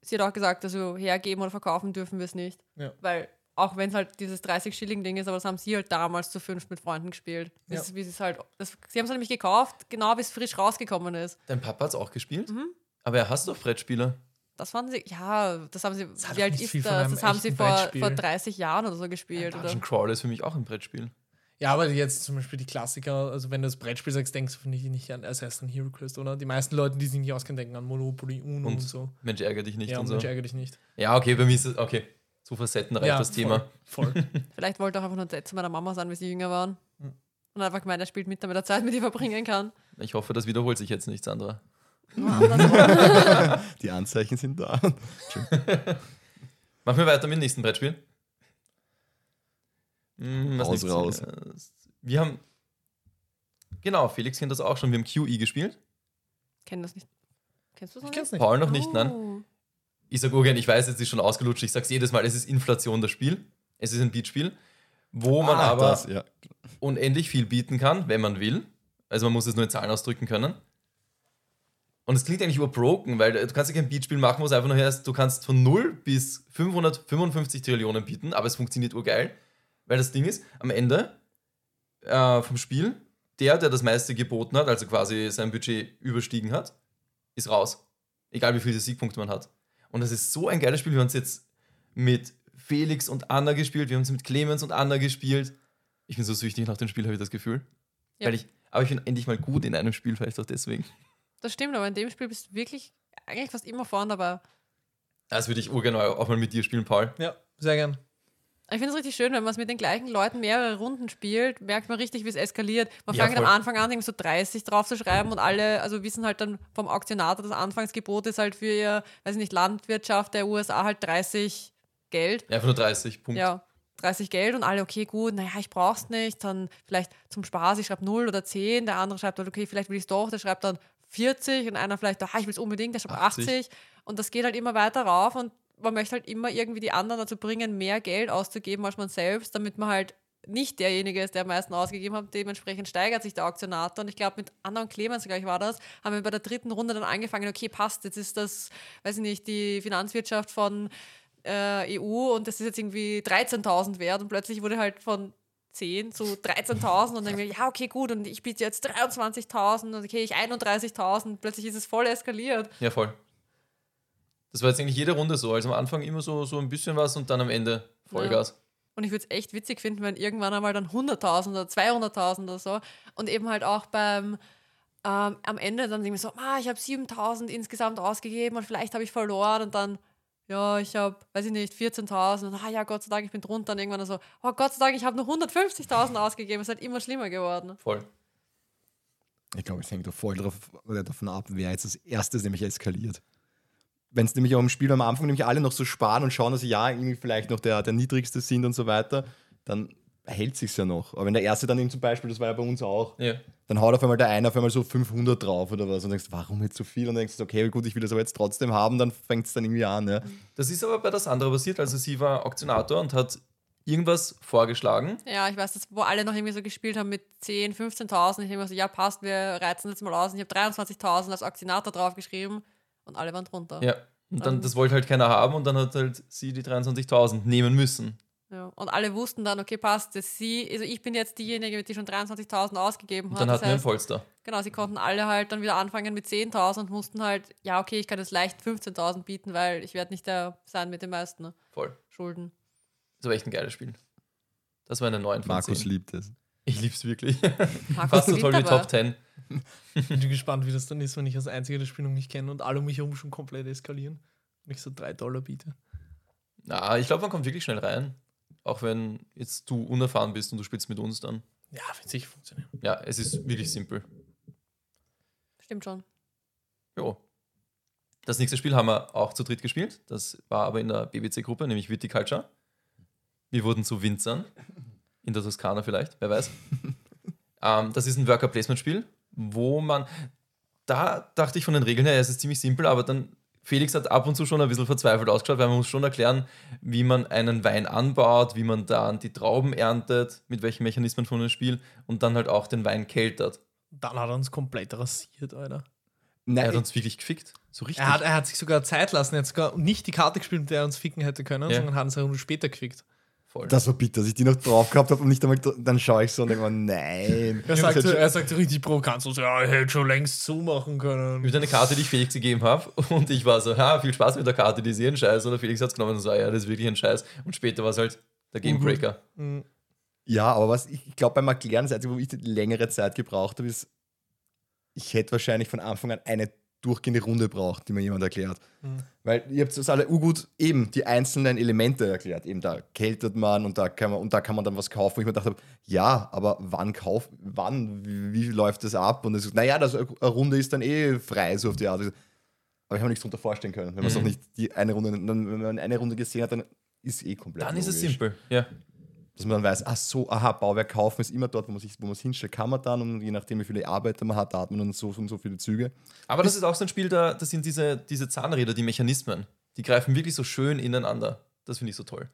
sie hat auch gesagt, also hergeben oder verkaufen dürfen wir es nicht. Ja. Weil auch wenn es halt dieses 30-Schilling-Ding ist, aber das haben sie halt damals zu fünf mit Freunden gespielt. Das Ja. ist, wie sie es halt, das, sie haben es halt nämlich gekauft, genau wie es frisch rausgekommen ist. Dein Papa hat es auch gespielt? Mhm. Aber er hasst doch Brettspieler. Das waren sie, ja, das haben sie, hat wie auch alt nicht ist viel von das? einem Das haben sie echten vor, Brettspiel. vor 30 Jahren oder so gespielt. oder? Dungeon Crawler ist für mich auch ein Brettspiel. Ja, aber jetzt zum Beispiel die Klassiker, also wenn du das Brettspiel sagst, denkst du finde ich nicht an als erst an Hero Quest, oder? Die meisten Leute, die sich nicht auskennen, denken an Monopoly, Uno und, Und so. Mensch, ärgere dich nicht. Ja, und und so. Mensch, ärgere dich nicht. Ja, okay, bei mir ist es, okay, zu facettenreich ja, das Thema. Voll. voll. Vielleicht wollte er auch einfach nur nett zu meiner Mama sein, wie sie jünger waren. Hm. Und einfach gemeint, er spielt mit, damit er Zeit mit ihr verbringen kann. Ich hoffe, das wiederholt sich jetzt nicht, Sandra. Nur andersrum. Die Anzeichen sind da. Machen wir weiter mit dem nächsten Brettspiel. Hm, was Raus, nächstes? Äh, Wir haben, genau, Felix kennt das auch schon, wir haben QE E gespielt. Kenne das nicht. Kennst du das Ich noch kenn's nicht. nicht? Paul noch nicht, nein. Oh. Ich sage urgern, ich weiß, es ist schon ausgelutscht. Ich sage es jedes Mal, es ist Inflation das Spiel. Es ist ein Beatspiel, wo man Ah, aber das, ja. unendlich viel bieten kann, wenn man will. Also man muss es nur in Zahlen ausdrücken können. Und es klingt eigentlich überbroken, weil du kannst ja kein Beatspiel machen, wo es einfach nur heißt, du kannst von 0 bis 555 Trillionen bieten, aber es funktioniert urgeil. Weil das Ding ist, am Ende äh, vom Spiel, der, der das meiste geboten hat, also quasi sein Budget überstiegen hat, ist raus. Egal wie viele Siegpunkte man hat. Und das ist so ein geiles Spiel. Wir haben es jetzt mit Felix und Anna gespielt, wir haben es mit Clemens und Anna gespielt. Ich bin so süchtig nach dem Spiel, habe ich das Gefühl. Ja. Weil ich, aber ich bin endlich mal gut in einem Spiel, vielleicht auch deswegen. Das stimmt, aber in dem Spiel bist du wirklich eigentlich fast immer vorne, aber Das würde ich urgern auch mal mit dir spielen, Paul. Ja, sehr gern. ich finde es richtig schön, wenn man es mit den gleichen Leuten mehrere Runden spielt, merkt man richtig, wie es eskaliert. Man Ja, fängt am voll. Anfang an, irgendwie so 30 drauf zu schreiben und alle, also wissen halt dann vom Auktionator, das Anfangsgebot ist halt für ihr, weiß ich nicht, Landwirtschaft der USA halt 30 Geld. Ja, einfach nur 30 Punkte. Ja, 30 Geld und alle, okay, gut, naja, ich brauch's nicht. Dann vielleicht zum Spaß, ich schreibe 0 oder 10. Der andere schreibt, halt, okay, vielleicht will ich's doch. Der schreibt dann 40 und einer vielleicht, ah, ich will's unbedingt. Der schreibt 80. 80. Und das geht halt immer weiter rauf und man möchte halt immer irgendwie die anderen dazu bringen, mehr Geld auszugeben als man selbst, damit man halt nicht derjenige ist, der am meisten ausgegeben hat. Dementsprechend steigert sich der Auktionator. Und ich glaube, mit Anna und Clemens, glaube ich, war das, haben wir bei der dritten Runde dann angefangen, okay, passt, jetzt ist das, weiß ich nicht, die Finanzwirtschaft von äh, EU und das ist jetzt irgendwie 13.000 wert und plötzlich wurde halt von 10 zu 13.000 und dann mir, ja, okay, gut und ich biete jetzt 23.000 und okay, ich 31.000, plötzlich ist es voll eskaliert. Ja, voll. Das war jetzt eigentlich jede Runde so. Also am Anfang immer so, so ein bisschen was und dann am Ende Vollgas. Und ich würde es echt witzig finden, wenn irgendwann einmal dann 100.000 oder 200.000 oder so und eben halt auch beim ähm, am Ende dann irgendwie so, ah, ich habe 7.000 insgesamt ausgegeben und vielleicht habe ich verloren und dann ja, ich habe, weiß ich nicht, 14.000 und ah ja, Gott sei Dank, ich bin drunter und irgendwann dann so, oh Gott sei Dank, ich habe nur 150.000 ausgegeben, es ist halt immer schlimmer geworden. Voll. Ich glaube, es hängt doch voll drauf, oder davon ab, wer jetzt als erstes nämlich eskaliert. Wenn es nämlich auch im Spiel am Anfang nämlich alle noch so sparen und schauen, dass sie ja irgendwie vielleicht noch der, der niedrigste sind und so weiter, dann hält sich's ja noch. Aber wenn der erste dann eben zum Beispiel, das war ja bei uns auch, Ja. dann haut auf einmal der eine auf einmal so 500 drauf oder was und denkst, warum jetzt so viel? Und denkst, okay, gut, ich will das aber jetzt trotzdem haben, dann fängt es dann irgendwie an. Ja. Das ist aber bei das andere passiert. Also sie war Auktionator und hat irgendwas vorgeschlagen. Ja, ich weiß, das, wo alle noch irgendwie so gespielt haben mit 10, 15.000, ich immer so, ja, passt, wir reizen jetzt mal aus und ich habe 23.000 als Auktionator draufgeschrieben und alle waren drunter. Ja. Und dann, das wollte halt keiner haben und dann hat halt sie die 23.000 nehmen müssen. Ja, und alle wussten dann, okay, passt, dass sie, also ich bin jetzt diejenige, die schon 23.000 ausgegeben Und hat. dann das hatten wir ein heißt, Polster. genau, sie konnten alle halt dann wieder anfangen mit 10.000 und mussten halt, ja, okay, ich kann jetzt leicht 15.000 bieten, weil ich werde nicht der sein mit den meisten ne, Voll. Schulden. Das war echt ein geiles Spiel. Das war eine 9 von Markus 10. liebt es. Ich lieb's wirklich. Markus Fast so gewinnt toll wie aber. Top 10. Ich bin gespannt, wie das dann ist, wenn ich als einziger das Spiel noch nicht kenne und alle um mich herum schon komplett eskalieren und ich so 3 Dollar biete. Na, ich glaube, man kommt wirklich schnell rein. Auch wenn jetzt du unerfahren bist und du spielst mit uns dann. Ja, wird sicher funktionieren. Ja, es ist wirklich simpel. Stimmt schon. Jo. Das nächste Spiel haben wir auch zu dritt gespielt. Das war aber in der BBC-Gruppe, nämlich Viticulture. Wir wurden zu Winzern. In der Toskana vielleicht, wer weiß. ähm, das ist ein Worker-Placement-Spiel, wo man. Da dachte ich von den Regeln her, es ist ziemlich simpel, aber dann. Felix hat ab und zu schon ein bisschen verzweifelt ausgeschaut, weil man muss schon erklären, wie man einen Wein anbaut, wie man dann die Trauben erntet, mit welchen Mechanismen von dem Spiel und dann halt auch den Wein keltert. Dann hat er uns komplett rasiert, Alter. Er Nein, hat uns wirklich gefickt. So richtig. Er hat, er hat sich sogar Zeit lassen, er hat sogar nicht die Karte gespielt, mit der er uns ficken hätte können, Ja. sondern hat uns eine Runde später gefickt. voll. das war bitter, dass ich die noch drauf gehabt habe und nicht einmal, dr- dann schaue ich so und denke mir, nein. Er sagte, er sagte richtig provokant, so, ja, er hätte schon längst zumachen können. mit einer Karte, die ich Felix gegeben habe. Und ich war so, ha, viel Spaß mit der Karte, die ist eh ein Scheiß. Oder Felix hat es genommen und so, ah, ja, das ist wirklich ein Scheiß. Und später war es halt der Gamebreaker. Mhm. Ja, aber was ich, ich glaube, beim Erklären, das Einzige, wo ich die längere Zeit gebraucht habe, ist, ich hätte wahrscheinlich von Anfang an eine durchgehende Runde braucht, die mir jemand erklärt. Weil ihr habt das alle urgut eben die einzelnen Elemente erklärt. Eben da kältet man und da kann man, und da kann man dann was kaufen. Wo ich mir gedacht habe, ja, aber wann kauft, wann, wie, wie läuft das ab? Und es ist, naja, das, eine Runde ist dann eh frei, so auf die Art. Aber ich habe mir nichts darunter vorstellen können, wenn man es Mhm. noch nicht die eine Runde, dann, wenn man eine Runde gesehen hat, dann ist eh komplett. Dann ist es logisch. simpel. Ja. dass man dann weiß, ach so, aha, Bauwerk kaufen ist immer dort, wo man sich, wo man es hinstellt, kann man dann und je nachdem, wie viele Arbeiter man hat, da hat man dann so und so viele Züge. Aber das ist auch so ein Spiel, da, das sind diese, diese Zahnräder, die Mechanismen. Die greifen wirklich so schön ineinander. Das finde ich so toll.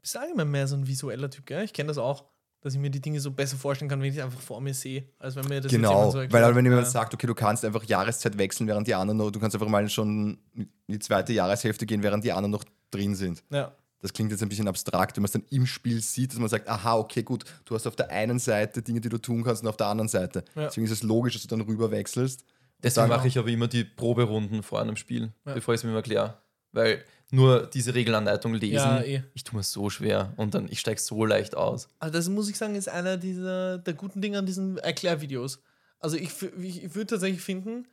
bist allgemein mehr so ein visueller Typ, gell? Ich kenne das auch, dass ich mir die Dinge so besser vorstellen kann, wenn ich sie einfach vor mir sehe, als wenn mir das jetzt Genau, jemand so weil erklärt. wenn jemand Ja. sagt, okay, du kannst einfach Jahreszeit wechseln, während die anderen noch, du kannst einfach mal schon in die zweite Jahreshälfte gehen, während die anderen noch drin sind. Ja. Das klingt jetzt ein bisschen abstrakt, wenn man es dann im Spiel sieht, dass man sagt, aha, okay, gut, du hast auf der einen Seite Dinge, die du tun kannst und auf der anderen Seite. Ja. Deswegen ist es logisch, dass du dann rüber wechselst. Deswegen Dann- mache ich aber immer die Proberunden vor einem Spiel, Ja. bevor ich es mir immer kläre. Weil nur diese Regelanleitung lesen, Ja, eh. ich tue mir so schwer und dann ich steige so leicht aus. Also das muss ich sagen, ist einer dieser, der guten Dinge an diesen Erklärvideos. Also ich, f- ich, ich würde tatsächlich finden,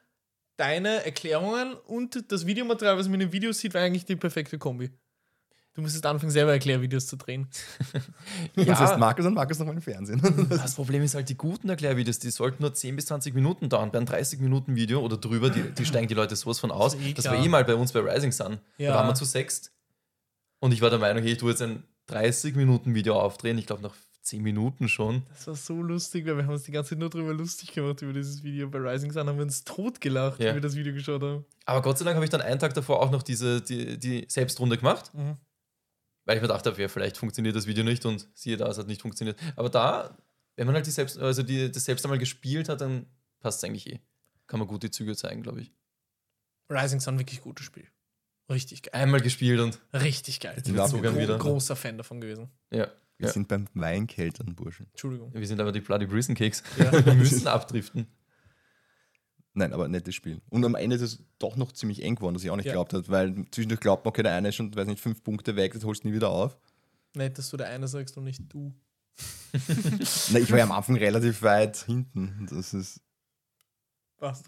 deine Erklärungen und das Videomaterial, was man in den Videos sieht, war eigentlich die perfekte Kombi. Du müsstest anfangen, selber Erklärvideos zu drehen. Und das heißt Markus und Markus nochmal im Fernsehen. Das Problem ist halt, die guten Erklärvideos, die sollten nur 10 bis 20 Minuten dauern. Bei einem 30-Minuten-Video oder drüber, die, die steigen die Leute sowas von aus. Ist eh Das klar. war eh mal bei uns bei Rising Sun. Ja. Da waren wir zu sechst. Und ich war der Meinung, hey, ich tue jetzt ein 30-Minuten-Video aufdrehen. Ich glaube, nach 10 Minuten schon. Das war so lustig, weil wir haben uns die ganze Zeit nur drüber lustig gemacht über dieses Video. Bei Rising Sun haben wir uns totgelacht, Ja. wie wir das Video geschaut haben. Aber Gott sei Dank habe ich dann einen Tag davor auch noch diese, die, die Selbstrunde gemacht. Mhm. Weil ich mir gedacht habe, ja, vielleicht funktioniert das Video nicht und siehe da, es hat nicht funktioniert. Aber da, wenn man halt die selbst, also die, das selbst einmal gespielt hat, dann passt es eigentlich eh. Kann man gut die Züge zeigen, glaube ich. Rising Sun, wirklich gutes Spiel. Richtig geil. Einmal gespielt und Richtig geil. Ich Ich glaub, bin so wir gehen wieder. großer Fan davon gewesen. ja. Wir ja. sind beim Weinkeltern, Burschen. Entschuldigung. Wir sind aber die Bloody Brisen Cakes. Ja. Wir müssen abdriften. Nein, aber nettes Spiel. Und am Ende ist es doch noch ziemlich eng geworden, was ich auch nicht Ja. geglaubt habe, weil zwischendurch glaubt man, okay, der eine ist schon, weiß nicht, fünf Punkte weg, das holst du nie wieder auf. Nett, dass du der eine sagst und nicht du. Na, ich war ja am Anfang relativ weit hinten. Das ist. Was?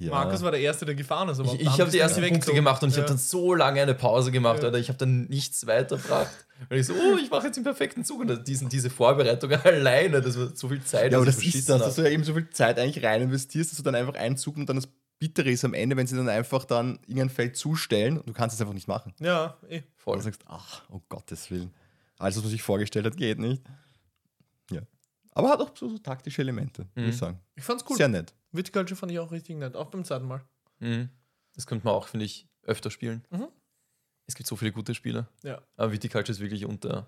Ja. Markus war der Erste, der gefahren ist. aber Ich, dann ich habe bist die du ersten Punkte weggezogen. gemacht und ich ja. habe dann so lange eine Pause gemacht, Ja. Alter. Ich habe dann nichts weitergebracht. Weil ich so, oh, ich mache jetzt den perfekten Zug. Und diesen, diese Vorbereitung alleine, das war so viel Zeit. Ja, aber dass das ich ist verschissen das, dass du ja eben so viel Zeit eigentlich rein investierst, dass du dann einfach einen Zug und dann das Bittere ist am Ende, wenn sie dann einfach dann irgendein Feld zustellen und du kannst es einfach nicht machen. Ja, eh. hab. Und Voll. du sagst, ach, um Gottes Willen. Alles, was man sich vorgestellt hat, geht nicht. Ja. Aber hat auch so, so taktische Elemente, muss ich sagen. Ich fand's Mhm. cool. Sehr nett. Witch Culture fand ich auch richtig nett, auch beim zweiten Mal. Mhm. Das könnte man auch, finde ich, öfter spielen. Mhm. Es gibt so viele gute Spiele. Ja, Aber Viticulture ist wirklich unter,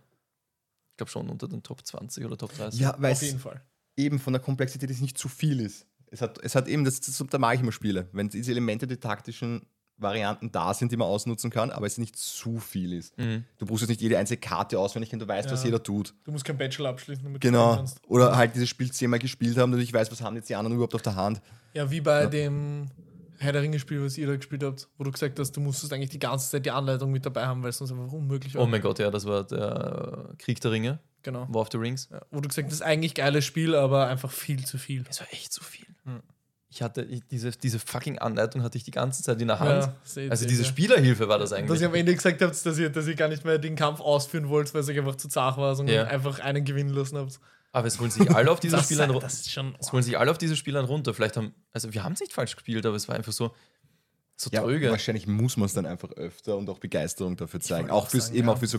ich glaube schon unter den Top 20 oder Top 30. Ja, weil auf jeden es Fall. eben von der Komplexität es nicht zu viel ist. Es hat, es hat eben, das, das, da mag ich immer Spiele, wenn diese Elemente, die taktischen Varianten da sind, die man ausnutzen kann, aber es nicht zu viel ist. Mhm. Du brauchst jetzt nicht jede einzelne Karte auswendig, wenn du weißt, was Ja. jeder tut. Du musst kein Bachelor abschließen, damit du Genau. kannst. Oder halt dieses Spiel zehnmal gespielt haben, damit ich weiß, was haben jetzt die anderen überhaupt auf der Hand. Ja, wie bei dem Herr der Ringe-Spiel, was ihr da gespielt habt, wo du gesagt hast, du musstest eigentlich die ganze Zeit die Anleitung mit dabei haben, weil es sonst einfach unmöglich war. Oh mein Gott, ja, das war der Krieg der Ringe, Genau. War of the Rings. Ja, wo du gesagt hast, eigentlich geiles Spiel, aber einfach viel zu viel. Es war echt zu viel. Ich hatte ich, diese, diese fucking Anleitung hatte ich die ganze Zeit in der Hand. Ja, seht also ihr, diese ja. Spielerhilfe war das Dass eigentlich. ihr am Ende gesagt habt, dass ihr, dass ihr gar nicht mehr den Kampf ausführen wollt, weil es euch einfach zu zart war, sondern Ja. einfach einen gewinnen lassen habt. Aber es holen sich alle auf diese Das, Spiele das ru- ist schon. es holen sich alle auf diese Spielern runter. Vielleicht haben, also wir haben es nicht falsch gespielt, aber es war einfach so, so tröge. wahrscheinlich muss man es dann einfach öfter und auch Begeisterung dafür zeigen. wollte Auch auch fürs, sagen, eben ja. auch für so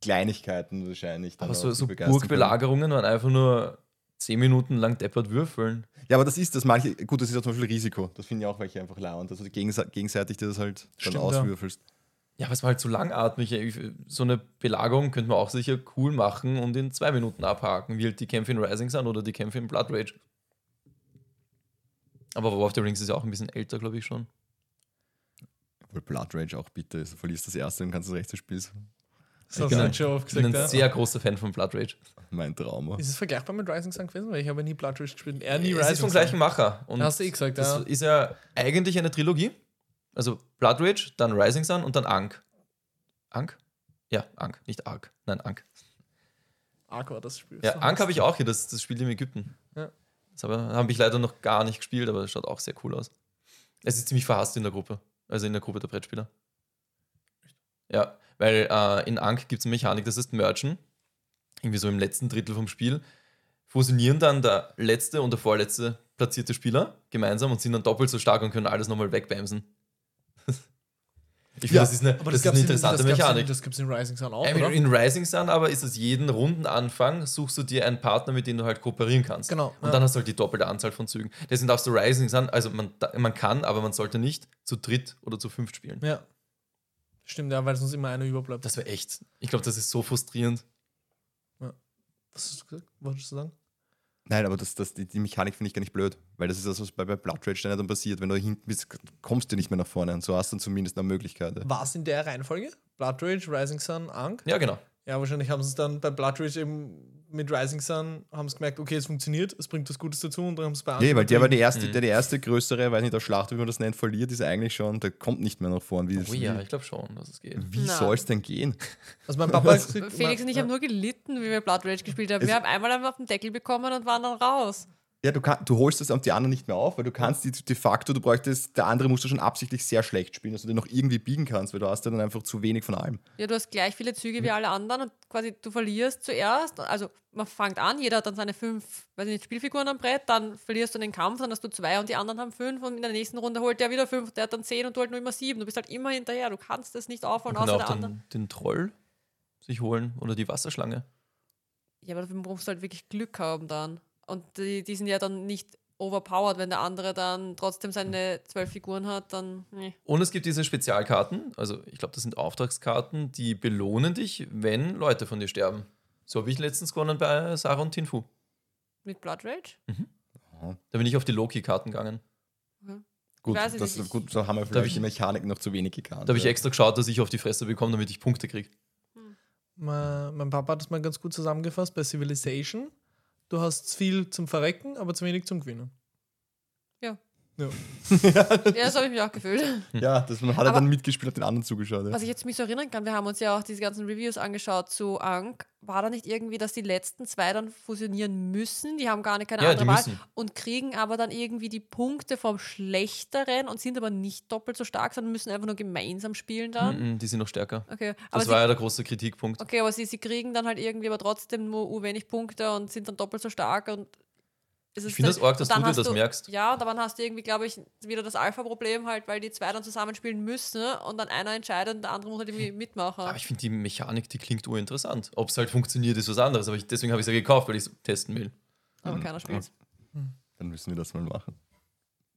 Kleinigkeiten wahrscheinlich. dann Aber auch so, so begeistern können. Burgbelagerungen waren einfach nur zehn Minuten lang deppert würfeln. Ja, aber das ist das manche, gut, das ist auch zum Beispiel Risiko. Das finden ja auch welche einfach lauernd, dass du gegense gegenseitig dir das halt dann Stimmt, ja. auswürfelst. Ja, aber es war halt zu langatmig. Ich- So eine Belagerung könnte man auch sicher cool machen und in zwei Minuten abhaken, wie halt die Kämpfe in Rising Sun oder die Kämpfe in Blood Rage. Aber War of the Rings ist ja auch ein bisschen älter, glaube ich schon. Obwohl Blood Rage auch bitter ist. Du verlierst das erste und kannst das Rest des Spiels. Das hast Ich du bin halt schon oft Ich bin gesagt. ein Ja. sehr großer Fan von Blood Rage. Mein Trauma. Ist es vergleichbar mit Rising Sun gewesen? Weil ich habe nie Blood Rage gespielt. Er nie Es ist vom Sun. gleichen Macher. Und Hast du eh gesagt, das ja. ist ja eigentlich eine Trilogie. Also Blood Rage, dann Rising Sun und dann Ankh. Ankh? Ja, Ankh, nicht Ark. Nein, Ankh. Ark war das Spiel. Ja, Ankh habe ich auch hier, das, das Spiel in Ägypten. Ja. Das habe hab ich leider noch gar nicht gespielt, aber das schaut auch sehr cool aus. Es ist ziemlich verhasst in der Gruppe, also in der Gruppe der Brettspieler. Ja, weil äh, in Ankh gibt es eine Mechanik, das heißt Merchen. Irgendwie so im letzten Drittel vom Spiel fusionieren dann der letzte und der vorletzte platzierte Spieler gemeinsam und sind dann doppelt so stark und können alles nochmal wegbämsen. Ich finde, das ist eine, das ist eine gab's in- interessante das gab's Mechanik. In, das gibt es in Rising Sun auch, I mean, oder? in Rising Sun aber ist es jeden Rundenanfang, suchst du dir einen Partner, mit dem du halt kooperieren kannst. Genau, Und ja. dann hast du halt die doppelte Anzahl von Zügen. Deswegen darfst du Rising Sun, also man, da- man kann, aber man sollte nicht zu dritt oder zu fünft spielen. Ja. Stimmt, ja, weil sonst immer einer überbleibt. Das wäre echt. Ich glaube, das ist so frustrierend. was hast du gesagt? Wolltest du sagen? Nein, aber das, das, die, die Mechanik finde ich gar nicht blöd, weil das ist das, was bei, bei Blood Rage dann ja dann passiert. Wenn du hinten bist, kommst du nicht mehr nach vorne und so hast du dann zumindest eine Möglichkeit. ja. War es in der Reihenfolge? Blood Rage, Rising Sun, Ankh? Ja, genau. Ja, wahrscheinlich haben sie es dann bei Blood Rage eben mit Rising Sun haben sie gemerkt, okay, es funktioniert, es bringt was Gutes dazu und dann haben sie es bei Ankh Nee, weil der war übertrieben. die mhm. erste, der die erste größere, weiß nicht, der Schlacht, wie man das nennt, verliert, ist eigentlich schon, der kommt nicht mehr nach vorn. Wie, Oh ja, wie, ich glaube schon, dass es Mhm. geht. wie Na. soll es denn gehen? Also mein Papa hat gesagt, Felix und ich ja. haben nur gelitten, wie wir Blood Rage gespielt haben. Es- Wir haben einmal einen auf den Deckel bekommen und waren dann raus. Ja, du, kann, du holst das auf die anderen nicht mehr auf, weil du kannst die de facto, du bräuchtest, der andere musst du schon absichtlich sehr schlecht spielen, dass du den noch irgendwie biegen kannst, weil du hast ja dann einfach zu wenig von allem. Ja, du hast gleich viele Züge wie alle anderen und quasi du verlierst zuerst. Also man fängt an, jeder hat dann seine fünf, weiß ich nicht, Spielfiguren am Brett, dann verlierst du den Kampf, dann hast du zwei und die anderen haben fünf und in der nächsten Runde holt der wieder fünf, der hat dann zehn und du halt nur immer sieben. Du bist halt immer hinterher, du kannst das nicht aufholen, Man kann außer auch der anderen. den, den Troll sich holen oder die Wasserschlange. Ja, aber dafür musst du halt wirklich Glück haben dann. Und die, die sind ja dann nicht overpowered, wenn der andere dann trotzdem seine zwölf Figuren hat, dann. Nee. Und es gibt diese Spezialkarten, also ich glaube, das sind Auftragskarten, die belohnen dich, wenn Leute von dir sterben. So habe ich letztens gewonnen bei Sarah und Tinfu. Mit Blood Rage? Da bin ich auf die Loki-Karten gegangen. Gut, weiß es das, nicht, ich- gut so haben wir hab vielleicht ich- die Mechanik noch zu wenig gekannt. Da habe ich ja. extra geschaut, dass ich auf die Fresse bekomme, damit ich Punkte kriege. Genau, Mein, mein Papa hat das mal ganz gut zusammengefasst bei Civilization. Du hast viel zum Verrecken, aber zu wenig zum Gewinnen. Ja. Ja. Ja, so habe ich mich auch gefühlt. Ja, das, man hat ja Aber- dann mitgespielt, hat den anderen zugeschaut. Ja. Also Was ich jetzt mich so erinnern kann, wir haben uns ja auch diese ganzen Reviews angeschaut zu Ankh. War da nicht irgendwie, dass die letzten zwei dann fusionieren müssen? Die haben gar nicht keine Ja, die andere Wahl müssen. und kriegen aber dann irgendwie die Punkte vom Schlechteren und sind aber nicht doppelt so stark, sondern müssen einfach nur gemeinsam spielen dann. Mhm, Die sind noch stärker. Okay, aber, Das sie, war ja der große Kritikpunkt. okay, aber sie, sie kriegen dann halt irgendwie aber trotzdem nur u wenig Punkte und sind dann doppelt so stark und es ist Ich finde dann- das arg, dass und dann du dir hast das merkst. Ja, und dann hast du irgendwie, glaube ich, wieder das Alpha-Problem halt, weil die zwei dann zusammenspielen müssen und dann einer entscheidet und der andere muss halt irgendwie mitmachen. Aber ich finde die Mechanik, die klingt urinteressant. Ob es halt funktioniert, ist was anderes. Aber ich, deswegen habe ich es ja gekauft, weil ich es testen will. mhm. Aber keiner spielt. Dann müssen wir das mal machen.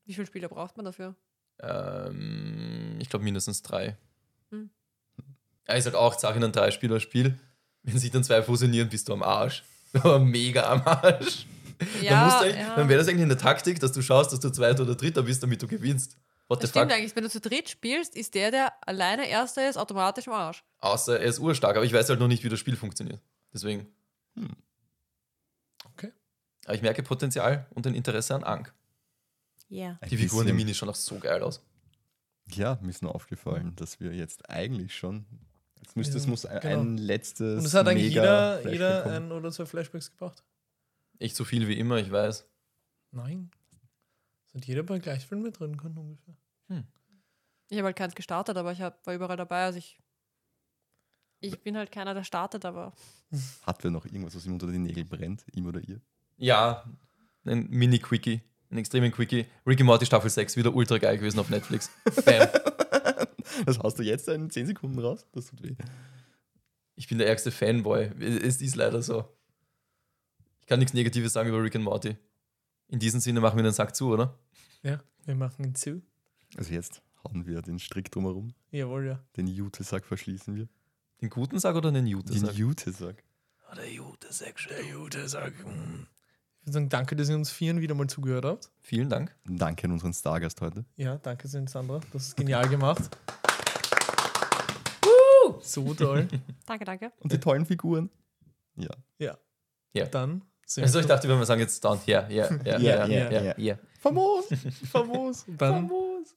Wie viele Spieler braucht man dafür? Ähm, ich glaube mindestens drei. Hm. Ja, ist halt auch Sache in einem Drei-Spieler-Spiel. Wenn sich dann zwei fusionieren, bist du am Arsch. Aber mega am Arsch. dann musst du eigentlich- dann wäre das eigentlich eine Taktik, dass du schaust, dass du Zweiter oder Dritter bist, damit du gewinnst. What the das stimmt fuck? eigentlich. Wenn du zu dritt spielst, ist der, der alleine Erster ist, automatisch im Arsch. Außer er ist urstark, aber ich weiß halt noch nicht, wie das Spiel funktioniert. Deswegen. Hm. Okay. Aber ich merke Potenzial und ein Interesse an Ankh. Ja. Ein Die Figuren im bisschen- Mini schauen auch so geil aus. Ja, mir ist nur aufgefallen, dass wir jetzt eigentlich schon. Jetzt müsste es Ja, muss ein, genau. ein letztes. Und es hat eigentlich mega jeder, jeder Flashback kommen. ein oder zwei Flashbacks gebracht. Echt so viel wie immer, ich weiß. Nein. Es hat jeder bei gleich viel mit drin können, ungefähr. Ich habe halt keins gestartet, aber ich hab, war überall dabei. Also ich, ich bin halt keiner, der startet, aber Hat wer noch irgendwas, was ihm unter den Nägeln brennt? Ihm oder ihr? Ja, ein Mini-Quickie. Ein extremen Quickie. Ricky Morty Staffel 6, wieder ultra geil gewesen auf Netflix. Bam. Das haust du jetzt in 10 Sekunden raus? Das tut weh. Ich bin der ärgste Fanboy. Es ist leider so. Ich kann nichts Negatives sagen über Rick and Morty. In diesem Sinne machen wir den Sack zu, oder? Ja, wir machen ihn zu. Also jetzt hauen wir den Strick drumherum. Jawohl, ja. Den Jutesack verschließen wir. Den guten Sack oder den Jute-Sack? Den Jutesack. Der Jute Sack, der Jute Sack. hm. Ich würde sagen, danke, dass ihr uns vieren wieder mal zugehört habt. Vielen Dank. Danke an unseren Stargast heute. Ja, danke, schön, Sandra. Das ist genial gemacht. So toll. danke, danke. Und die Äh. tollen Figuren. Ja. Ja. Ja. Dann sind Also ich dachte, wenn wir sagen jetzt down, ja, ja, ja, ja, ja, ja, ja. ja. Famos! famos. Dann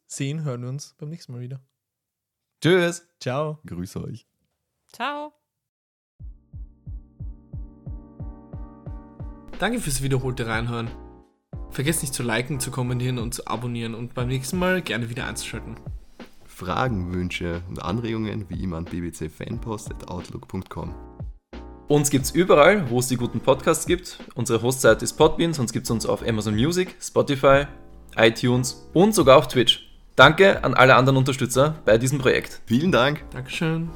sehen, hören wir uns beim nächsten Mal wieder. Tschüss. Ciao. Grüße euch. Ciao. Danke fürs wiederholte Reinhören. Vergesst nicht zu liken, zu kommentieren und zu abonnieren und beim nächsten Mal gerne wieder einzuschalten. Fragen, Wünsche und Anregungen wie immer an bbcfanpost.outlook.com. Uns gibt's überall, wo es die guten Podcasts gibt. Unsere Hostseite ist Podbean, sonst gibt's uns auf Amazon Music, Spotify, iTunes und sogar auf Twitch. Danke an alle anderen Unterstützer bei diesem Projekt. Vielen Dank. Dankeschön.